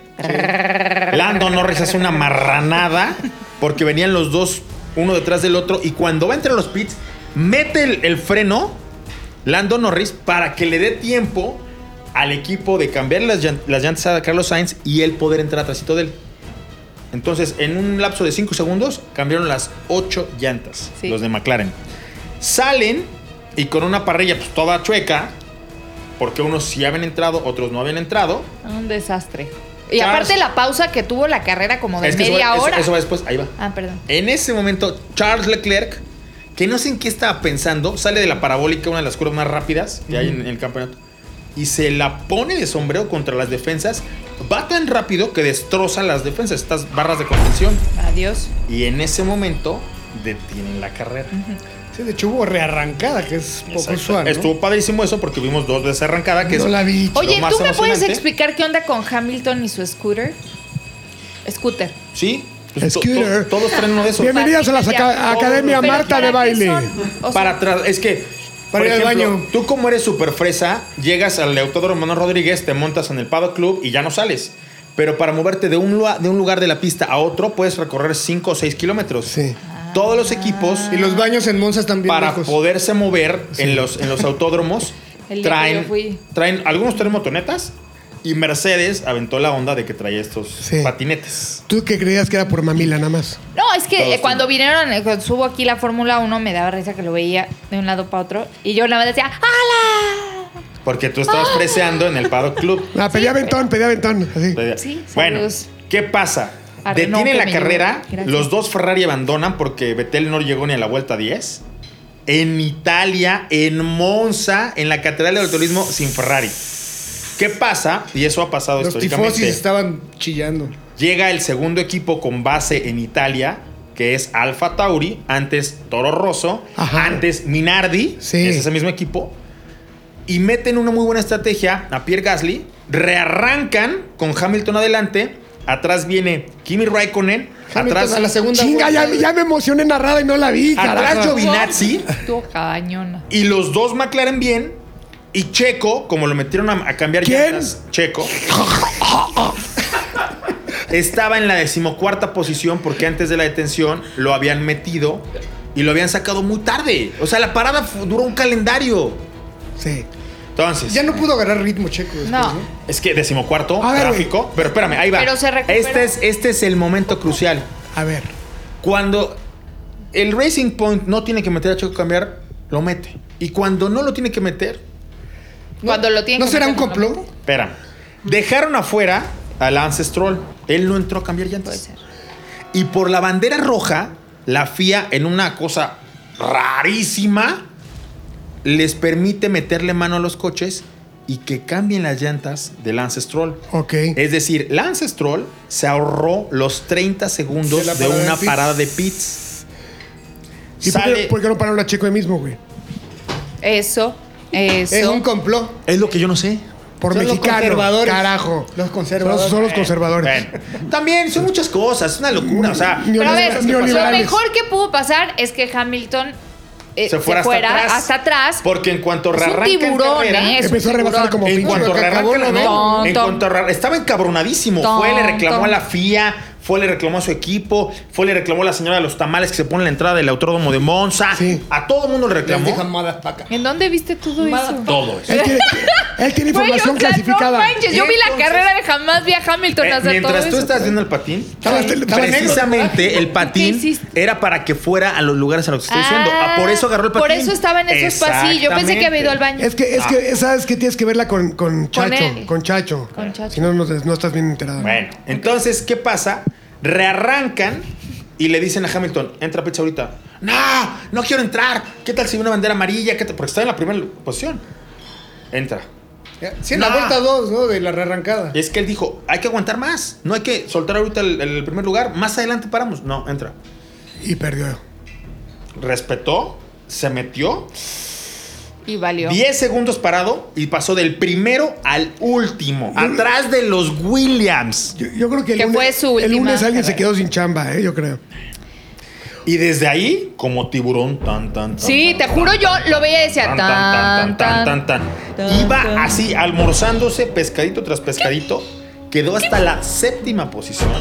Lando Norris hace una marranada porque venían los dos uno detrás del otro y cuando va a entrar a los pits mete el, el freno Lando Norris para que le dé tiempo al equipo de cambiar las, llan- las llantas a Carlos Sainz y él poder entrar atrásito de él. Entonces, en un lapso de 5 segundos cambiaron las 8 llantas,
Sí.
los de McLaren. Salen y con una parrilla pues toda chueca, porque unos sí habían entrado, otros no habían entrado.
Un desastre. Y
Charles-
aparte la pausa que tuvo la carrera como de
Es que eso
media
va- eso-
hora.
eso va después, ahí va.
Ah, perdón.
En ese momento, Charles Leclerc, que no sé en qué estaba pensando, sale de la parabólica, una de las curvas más rápidas que hay en, en el campeonato, y se la pone de sombrero contra las defensas. Va tan rápido que destroza las defensas, estas barras de contención.
Adiós.
Y en ese momento detienen la carrera.
Sí, de hecho hubo rearrancada, que es poco
Exacto.
usual. ¿no?
Estuvo padrísimo eso porque vimos dos veces arrancada, que
No
es
la vi.
lo
Oye,
más
¿tú me puedes
emocionante.
explicar qué onda con Hamilton y su scooter? Scooter.
Sí. pues, to- to-
Scooter.
todos traen uno de esos.
Bienvenidas a la saca- Academia
Pero
Marta
¿para
de
qué
baile.
son? O sea,
para atrás. Es que. por
Para ir al
ejemplo,
baño.
Tú, como eres super fresa, llegas al Autódromo Manuel Rodríguez, te montas en el Pado Club y ya no sales. Pero para moverte de un, lua- de un lugar de la pista a otro, puedes recorrer 5 o 6 kilómetros.
Sí.
Todos los equipos,
Y los baños en Monza están bien
para
lejos.
poderse mover en, los, en los autódromos,
El día que yo
traen,
fui.
traen. Algunos traen motonetas y Mercedes aventó la onda de que traía estos
Sí.
patinetes.
¿Tú qué creías que era por mamila nada más?
No, es
Todos
que eh, cuando vinieron, eh, cuando subo aquí la Fórmula 1, me daba risa que lo veía de un lado para otro. Y yo nada más decía, ¡Hala!
Porque tú estabas
Ah.
freseando en el Pado Club.
Ah, pedía ventón, pedía ventón. Así.
Sí, saludos.
bueno, ¿qué pasa?
A Renault
Detienen
que
la
me llevó.
carrera,
Gracias.
los dos Ferrari abandonan porque Vettel no llegó ni a la vuelta 10. En Italia, en Monza, en la Catedral del Automovilismo sin Ferrari. ¿Qué pasa? Y eso ha pasado
Los
históricamente.
tifosis estaban chillando.
Llega el segundo equipo con base en Italia, que es Alfa Tauri, antes Toro Rosso,
Ajá.
antes Minardi,
Sí.
es ese mismo equipo, y meten una muy buena estrategia a Pierre Gasly, rearrancan con Hamilton adelante, atrás viene Kimi Raikkonen,
Hamilton
atrás
a la segunda
Chinga, ya,
vuelta. Ah,
ya me emocioné narrada y no la vi,
atrás
carajo.
Giovinazzi,
Estuvo cañona.
y los dos McLaren bien, y Checo, como lo metieron a, a cambiar
¿Quién?
llantas, Checo. Estaba en la decimocuarta posición porque antes de la detención lo habían metido y lo habían sacado muy tarde. O sea, la parada fu- duró un calendario.
Sí.
Entonces,
Ya no pudo agarrar ritmo Checo después,
No.
¿no?
es que decimocuarto,
A ver,
tráfico. Pero espérame, ahí va.
Pero se recupera.
este, es, este es el momento crucial.
A ver.
Cuando el Racing Point no tiene que meter a Checo a cambiar, lo mete. Y cuando no lo tiene que meter,
Cuando lo tienen
¿No
que
será un
meter
complot?
nuevamente.
Espera. Dejaron afuera a Lance Stroll. Él no entró a cambiar llantas.
Puede ser.
Y por la bandera roja, la FIA, en una cosa rarísima, les permite meterle mano a los coches y que cambien las llantas de Lance Stroll.
Ok.
Es decir, Lance Stroll se ahorró los 30 segundos
De la
de,
parada
una
de pits.
parada de pits.
¿Y por
Sale-
qué, por qué no paró la chico ahí mismo, güey?
Eso, eso.
Es un complot.
Es lo que yo no sé.
Por
Son los
mexicano,
conservadores.
carajo.
Los
Son,
conservadores.
son los conservadores.
Eh, Bueno, también son muchas cosas, es una locura. O sea,
Pero a
Neoliberal-
ver, lo
neoliberales.
mejor que pudo pasar es que Hamilton eh,
se fuera, hasta, atrás, Porque en cuanto
Es un
arranca en
tiburón,
carrera,
¿eh? Es
Empezó a
un
rebasar
tiburón.
como
en
pinche.
cuanto
lo que
arranca
acabó
la
la
carrera,
vez.
en
Tonto.
cuanto arran- estaba encabronadísimo. Fue, le reclamó
Tonto.
a la FIA, fue, le reclamó a su equipo, fue, le reclamó a la señora de los tamales que se pone en la entrada del autódromo de Monza.
Sí.
A todo el mundo le
Les dejan
reclamó.
malas pacas.
¿En dónde viste todo eso?
Todo eso.
Él tiene, él tiene
Güey,
información
o sea,
clasificada.
No manches, yo vi la carrera de jamás vi a Hamilton
Eh,
hacer
mientras
todo
tú
eso.
estás viendo el patín,
Estaba- estaba negro.
precisamente el
¿Qué
patín
hiciste?
era para que fuera a los lugares a los que estoy diciendo. Ah, por eso agarró el patín.
Por eso estaba en esos pasillos. Yo pensé que había ido al baño.
Es
Ah.
que, es que, ¿sabes que Tienes que verla con, con Chacho.
él.
Con Chacho.
Con Chacho.
Si no, no, no estás bien enterada.
Bueno, entonces, ¿qué pasa? Rearrancan y le dicen a Hamilton, entra pizza ahorita. No, no quiero entrar. ¿Qué tal si ve una bandera amarilla? ¿Qué tal? Porque está en la primera posición. Entra.
Sí, en la
Nah.
vuelta 2, ¿no? De la rearrancada.
Es que él dijo, hay que aguantar más. No hay que soltar ahorita el, el primer lugar. Más adelante paramos. No, entra.
Y perdió.
Respetó, se metió.
Y valió.
10 segundos parado y pasó del primero al último. Atrás de los Williams.
Yo, yo creo que el
Que
lunes,
fue su
el
última
lunes alguien se
carrera.
quedó sin chamba, ¿eh? yo creo.
Y desde ahí, como tiburón, tan, tan, tan.
Sí, te juro yo lo veía y decía
Tan, tan, tan, tan, tan, tan,
tan, tan.
Iba así, almorzándose pescadito tras pescadito. Quedó hasta la séptima posición.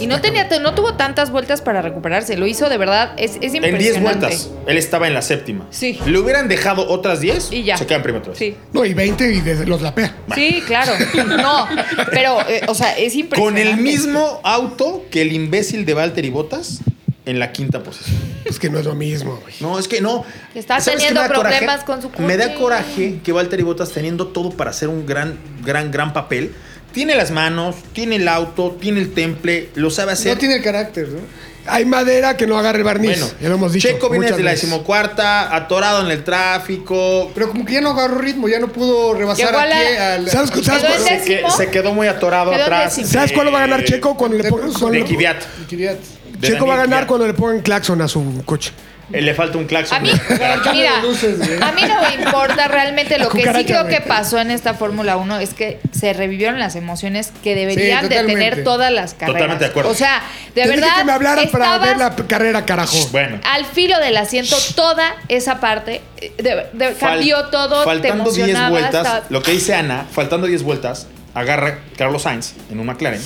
Y no tenía, no tuvo tantas vueltas para recuperarse. Lo hizo de verdad, es, es impresionante.
En 10 vueltas, él estaba en la séptima.
Sí.
Le hubieran dejado otras 10
Y ya.
Se quedan primero otra vez.
Sí.
No, y 20 y de- los lapea.
Sí, claro. No, pero, eh, o sea, es
Con
impresionante.
el mismo auto que el imbécil de Valtteri Botas en la quinta posición.
Pues que no es lo mismo, güey.
No, es que no.
Está
¿Sabes qué
teniendo
me da coraje?
problemas con su coche.
Me da coraje que Valtteri Bottas, teniendo todo para hacer un gran, gran, gran papel, tiene las manos, tiene el auto, tiene el temple, lo sabe hacer.
No tiene el carácter, ¿no?
Hay madera que no agarre el barniz.
Bueno,
ya lo hemos dicho.
Checo viene
muchas
de la
veces.
decimocuarta, atorado en el tráfico.
Pero como que ya no agarró ritmo, ya no pudo rebasar
Llegó a
a
la-
pie al.
¿Sabes, cu- sabes
Pero
cu-
ese-
Se, que-
¿Décimo?
se quedó muy atorado
Quedó
atrás.
décimo.
¿sabes cuál lo va a ganar
eh,
Checo cuando le
de
pongan
Cruz,
cuando-
De Kvyat.
Kvyat.
De
Checo va a
Daniel
ganar
Kvyat.
cuando le pongan claxon a su coche.
Eh, le falta un claxon.
A mí,
Cucaracha
mira,
de luces, güey.
a mí no me importa realmente. Lo
La
que sí
cucaracha,
creo
güey.
que pasó en esta Fórmula 1 es que se revivieron las emociones que deberían
Sí,
de
totalmente.
tener todas las carreras.
Totalmente de acuerdo.
O sea, de
Te dije
verdad,
que me hablaran para
estabas
ver la p- carrera, carajo.
Bueno.
al filo del asiento toda esa parte. eh, de- de-
Fal-
cambió todo, te
Faltando 10
emocionaba.
vueltas,
estaba-
lo que dice Ana, faltando 10 vueltas, agarra Carlos Sainz en un McLaren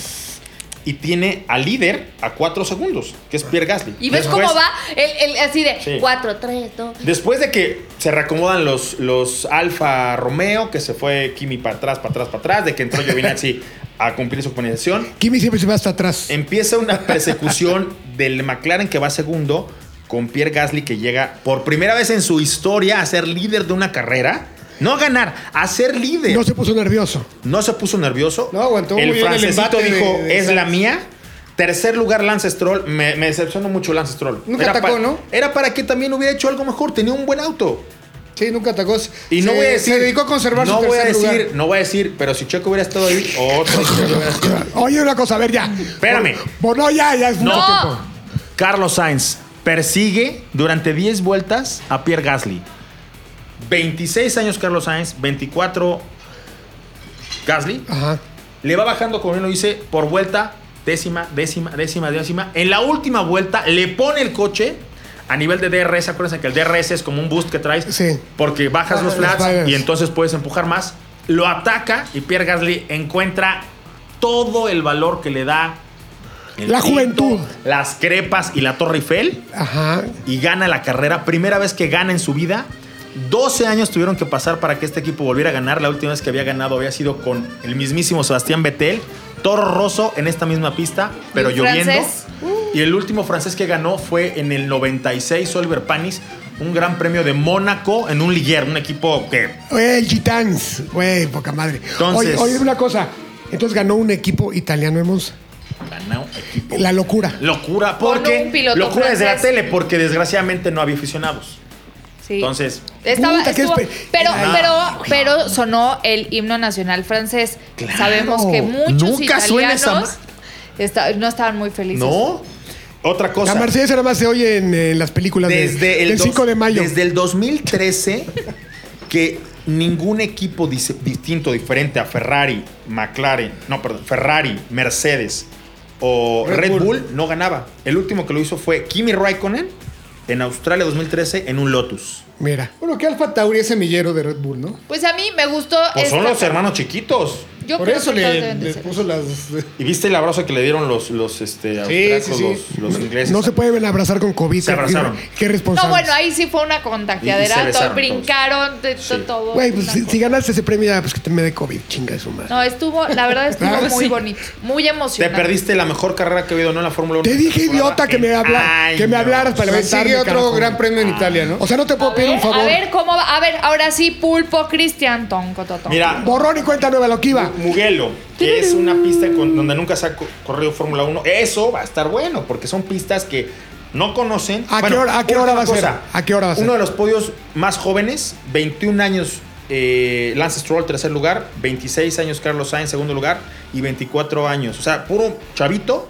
y tiene al líder a 4 segundos, que es Pierre Gasly.
Y ves
Después-
cómo va el, el- así
Sí.
de 4, 3, 2.
Después de que se reacomodan los, los Alfa Romeo, que se fue Kimi para atrás, para atrás, para atrás, de que entró Giovinazzi a cumplir su penalización,
Kimi siempre se va hasta atrás.
empieza una persecución del McLaren que va segundo con Pierre Gasly que llega por primera vez en su historia a ser líder de una carrera. No a ganar, a ser líder.
No se puso nervioso.
No se puso nervioso.
No, aguantó
El
muy bien el
francesito
embate
dijo,
de- de
es
Sainz".
la mía. Tercer lugar, Lance Stroll. Me, me decepcionó mucho Lance Stroll.
Nunca atacó,
para,
¿no?
Era para que también hubiera hecho algo mejor. Tenía un buen auto.
Sí, nunca atacó.
Y no
Se-
voy a decir...
Se dedicó a conservar
no
su
voy a
tercer
decir,
lugar.
No voy a decir, pero si Checo hubiera estado ahí, otro historia hubiera sido.
Oye, una cosa, a ver, ya.
Espérame.
Bueno, no, ya, ya es mucho
No.
tiempo.
Carlos Sainz persigue durante 10 vueltas a Pierre Gasly. 26 años Carlos Sainz, 24 Gasly.
Ajá.
Le va bajando, como bien lo dice, por vuelta, décima, décima, décima, décima. En la última vuelta le pone el coche a nivel de DRS. Acuérdense que el DRS es como un boost que traes.
Sí.
Porque
Baja
bajas
los
los flats
flares.
y entonces puedes empujar más. Lo ataca y Pierre Gasly encuentra todo el valor que le da. el
La juventud.
Las crepas y la Torre Eiffel
Ajá.
y gana la carrera. Primera vez que gana en su vida. 12 años tuvieron que pasar para que este equipo volviera a ganar. La última vez que había ganado había sido con el mismísimo Sebastián Vettel, Toro Rosso en esta misma pista, pero
¿Y un
lloviendo.
francés?
Y el último francés que ganó fue en el 96 Oliver Panis, un gran premio de Mónaco en un Ligier, un equipo que
Oye, el Gitans. Güey, poca madre.
Entonces-
Oye, oye, una cosa. Entonces ganó un equipo italiano en Monza.
ganó equipo.
La locura.
Locura,
Con
porque
un piloto
locura desde la
francés.
tele, porque desgraciadamente no había aficionados.
Sí.
Entonces,
Estaba,
Puta, qué
estuvo-
espe-
pero,
Ah.
pero, pero sonó el himno nacional francés.
Claro.
Sabemos que muchos
Nunca suena esa
italianos esta- no estaban muy felices.
no. Otra cosa.
La Mercedes nada más se oye en, eh, las películas de-
desde el
del
dos-
5 de mayo.
Desde el 2013 que ningún equipo dis- distinto, diferente a Ferrari, McLaren, no, perdón, Ferrari, Mercedes o Red,
Red
Bull.
Bull.
no ganaba. El último que lo hizo fue Kimi Raikkonen en Australia 2013 en un Lotus.
Mira.
Bueno, que Alfa Tauri es semillero de Red Bull, ¿no?
Pues a mí me gustó.
Pues son
esta-
los hermanos chiquitos.
Yo
Por
creo
eso
que todos
le,
deben de
le
ser.
puso las.
¿Y viste el abrazo que le dieron los, los este, austriacos,
sí, sí.
Los, los ingleses?
No se pueden abrazar con COVID.
Se abrazaron.
Qué
No,
responsable.
bueno, ahí sí fue una
Y- y se
contagiadera.
besaron
todos brincaron, de- to- todo.
Güey, pues
una
si,
cosa.
si ganaste ese premio, ya, pues que te me dé COVID. Chinga su madre.
No, estuvo, la verdad estuvo
Ah,
muy
sí.
bonito, muy
Te
emocionante.
perdiste la mejor carrera que ha habido, ¿no? En la Fórmula 1.
Te dije, idiota, que me, habla,
Ay,
que me
no. Pues
hablaras para
Le
levantarme.
sigue otro
carajo.
gran premio en Italia, ¿no?
O sea, no te puedo
a
pedir
ver,
un favor.
a ver cómo va. A ver, ahora sí, pulpo Cristian Tonco Totón.
Mira,
Borrón y cuenta nueva, lo que iba.
Mugello, que es una pista con- donde nunca se ha co- corrido Fórmula 1. Eso va a estar bueno, porque son pistas que no conocen.
¿A qué
Bueno,
hora- a qué
última
hora va a ser? ¿A qué hora va a ser?
Uno de los podios más jóvenes, 21 años eh, Lance Stroll, tercer lugar. 26 años Carlos Sainz, segundo lugar. Y 24 años. O sea, puro chavito.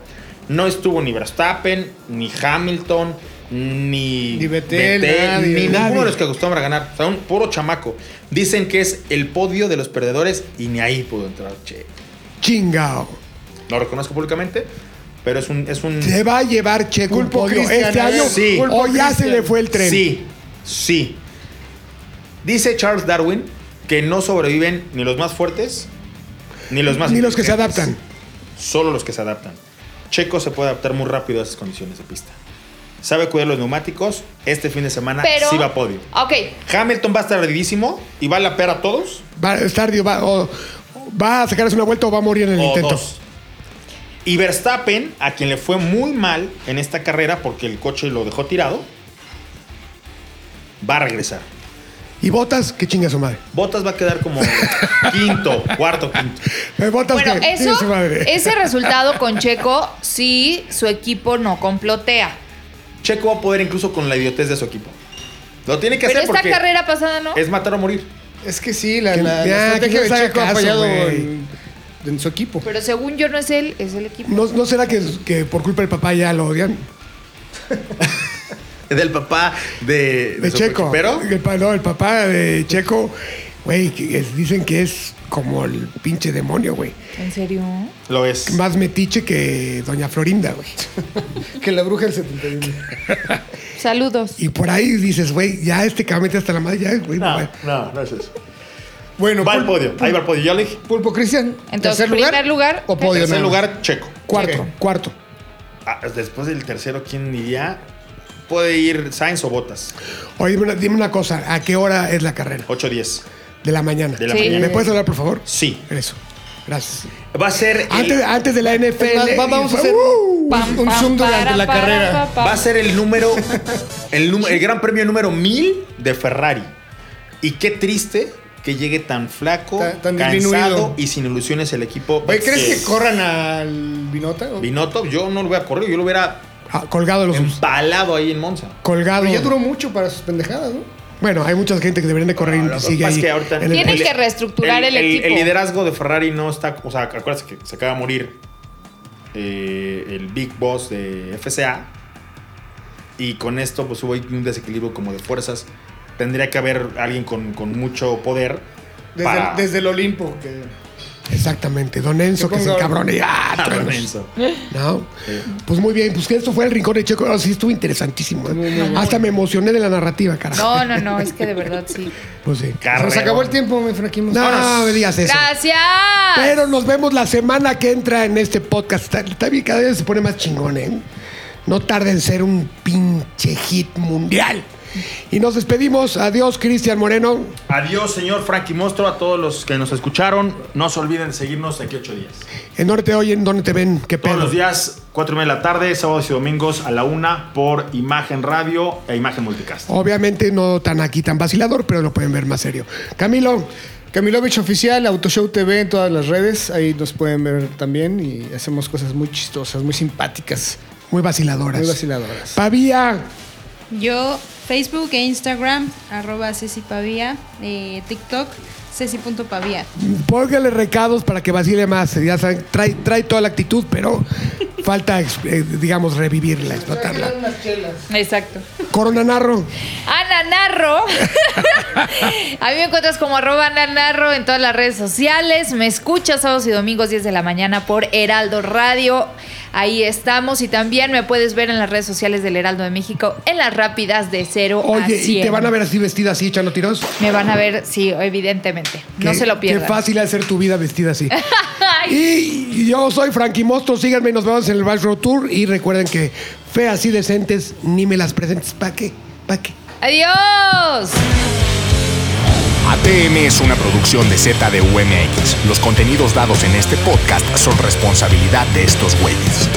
No estuvo ni Verstappen, ni Hamilton, ni.
Ni Vettel, nadie,
ni ninguno
nadie.
de los que acostumbran a ganar. O sea, un puro chamaco. Dicen que es el podio de los perdedores y ni ahí pudo entrar. Che.
Chingao.
Lo reconozco públicamente, pero es un. Es un
Se va a llevar Checo un
Culpo
podio
Cristian,
este
a ver.
año.
Sí.
O ya se
Cristian.
le fue el tren.
Sí, sí. Dice Charles Darwin que no sobreviven ni los más fuertes, ni los más...
Ni los que se
inteligentes.
adaptan.
Solo los que se adaptan. Checo se puede adaptar muy rápido a esas condiciones de pista. Sabe cuidar los neumáticos. Este fin de semana
Pero.
sí va a podio.
Ok.
Hamilton va a estar ardidísimo y va a la pera a todos.
Va a estar, digo, va, o- va a sacarse una vuelta o va a morir en el
o
intento.
dos. Y Verstappen, a quien le fue muy mal en esta carrera porque el coche lo dejó tirado, va a regresar.
Y botas, que chinga su madre.
Botas va a quedar como quinto, cuarto, quinto.
Eh, botas
Bueno,
que chinga
eso,
su madre.
ese resultado con Checo, sí, su equipo no complotea.
Checo va a poder incluso con la idiotez de su equipo. Lo tiene que
Pero
hacer
esta
porque
carrera pasada, ¿no?
es matar o morir.
Es que sí, la,
Que-
la- la
ya, que
estrategia
no
de
se haga
Checo ha
caso,
fallado
güey.
en, en su equipo.
Pero según yo no es él, es el equipo.
¿No, no será que, que por culpa del papá ya lo odian?
Del papá de, de
De
su
Checo.
coche. Pero
El, pa- no, el papá de Checo, güey, que es- dicen que es como el pinche demonio, güey.
¿En serio?
lo es.
Más metiche que Doña Florinda, güey.
Que la bruja del 71.
Saludos.
Y por ahí dices, güey, ya este cabrón hasta la madre, ya, güey.
No,
güey.
no, no es eso.
Bueno,
Va al
pulpo,
podio. Ahí va al podio. Ya le dije.
Pulpo Cristian.
Entonces,
tercer
primer lugar,
o podio.
Tercer
nada más?
lugar, Checo.
Cuarto,
Ok.
cuarto.
Ah, después del tercero, ¿quién iría? Puede ir Sainz o Botas.
Oye, dime una, dime una cosa, ¿a qué hora es la carrera?
8-10.
De la mañana.
De la
Sí.
mañana.
¿Me puedes hablar, por favor?
Sí.
Eso. Gracias.
Va a ser. el-
Antes, antes de la
Es más,
NFL.
va- vamos a hacer
¡Uh!
un, un zoom durante la carrera.
Va a ser el número, el, num- el gran premio número 1000 de Ferrari. Y qué triste que llegue tan flaco,
Tan- tan
cansado
disminuido.
y sin ilusiones el equipo.
Oye, ¿crees
Pues Sí.
que corran al Binota?
Binotto, yo no lo hubiera corrido, yo lo hubiera
Ah, colgado
Pues,
los.
empalado ahí en Monza.
Colgado.
Pero Em, ya duró mucho para sus pendejadas, ¿no?
Bueno, hay mucha gente que deberían de correr
Lo
y
que
sigue
pasa
ahí.
es que ahorita-
en el-
Tienen que reestructurar el, equipo.
El liderazgo de Ferrari no está. O sea, acuérdense que se acaba de morir eh, el Big Boss de FCA. Y con esto, pues hubo ahí un desequilibrio como de fuerzas. Tendría que haber alguien con, con mucho poder.
Desde,
para-
el, desde el Olimpo. Que...
Exactamente. Don Enzo,
Que
que es el
ponga-
cabrón. Y, ah,
Ah,
truenos.
Lorenzo.
¿No? Pues muy bien, pues que esto fue el rincón de Checo. Ahora sí estuvo interesantísimo. ¿eh? Hasta me emocioné de la narrativa, carajo.
No, no, no, es que de verdad sí.
Pues sí.
Carrero.
Se nos acabó el tiempo, mi Franquín.
No,
Vámonos.
me digas eso.
Gracias.
Pero nos vemos la semana que entra en este podcast. Está, está bien, cada vez se pone más chingón, ¿eh? No tarda en ser un pinche hit mundial. Y nos despedimos. Adiós, Cristian Moreno.
Adiós, señor Frankie Mostro, a todos los que nos escucharon. No se olviden de seguirnos de aquí a ocho días.
¿En dónde te oyen? ¿Dónde te ven? ¿Qué
Todos
pedo?
los días, 4 y media de la tarde, sábados y domingos a la una por Imagen Radio e Imagen Multicast.
Obviamente no tan aquí, tan vacilador, pero lo pueden ver más serio. Camilo,
Camilovich Oficial, Autoshow TV en todas las redes. Ahí nos pueden ver también. Y hacemos cosas muy chistosas, muy simpáticas,
muy vaciladoras.
muy vaciladoras.
Pavía,
Yo, Facebook e Instagram, arroba Ceci Pavía, eh, TikTok, Ceci.pavía.
póngale recados para que vacile más. Ya saben, trae, trae toda la actitud, pero falta, eh, digamos, revivirla, explotarla.
Exacto.
Corona Narro.
Ana Narro. A mí me encuentras como arroba Ana Narro en todas las redes sociales. Me escuchas sábados y domingos 10 de la mañana por Heraldo Radio. Ahí estamos. Y también me puedes ver en las redes sociales del Heraldo de México en las rápidas de 0 a
Oye,
100.
¿y te van a ver así vestida así, echando tiros?
Me van a ver, sí, evidentemente. No
Qué-
se lo pierdan.
Qué fácil hacer tu vida vestida así. y yo soy Frankie Mostro, síganme y nos vemos en el Bash Road Tour. Y recuerden que feas y decentes, ni me las presentes. ¿Para qué? ¿Para qué?
¡Adiós!
ATM es una producción de ZDUMX. Los contenidos dados en este podcast son responsabilidad de estos güeyes.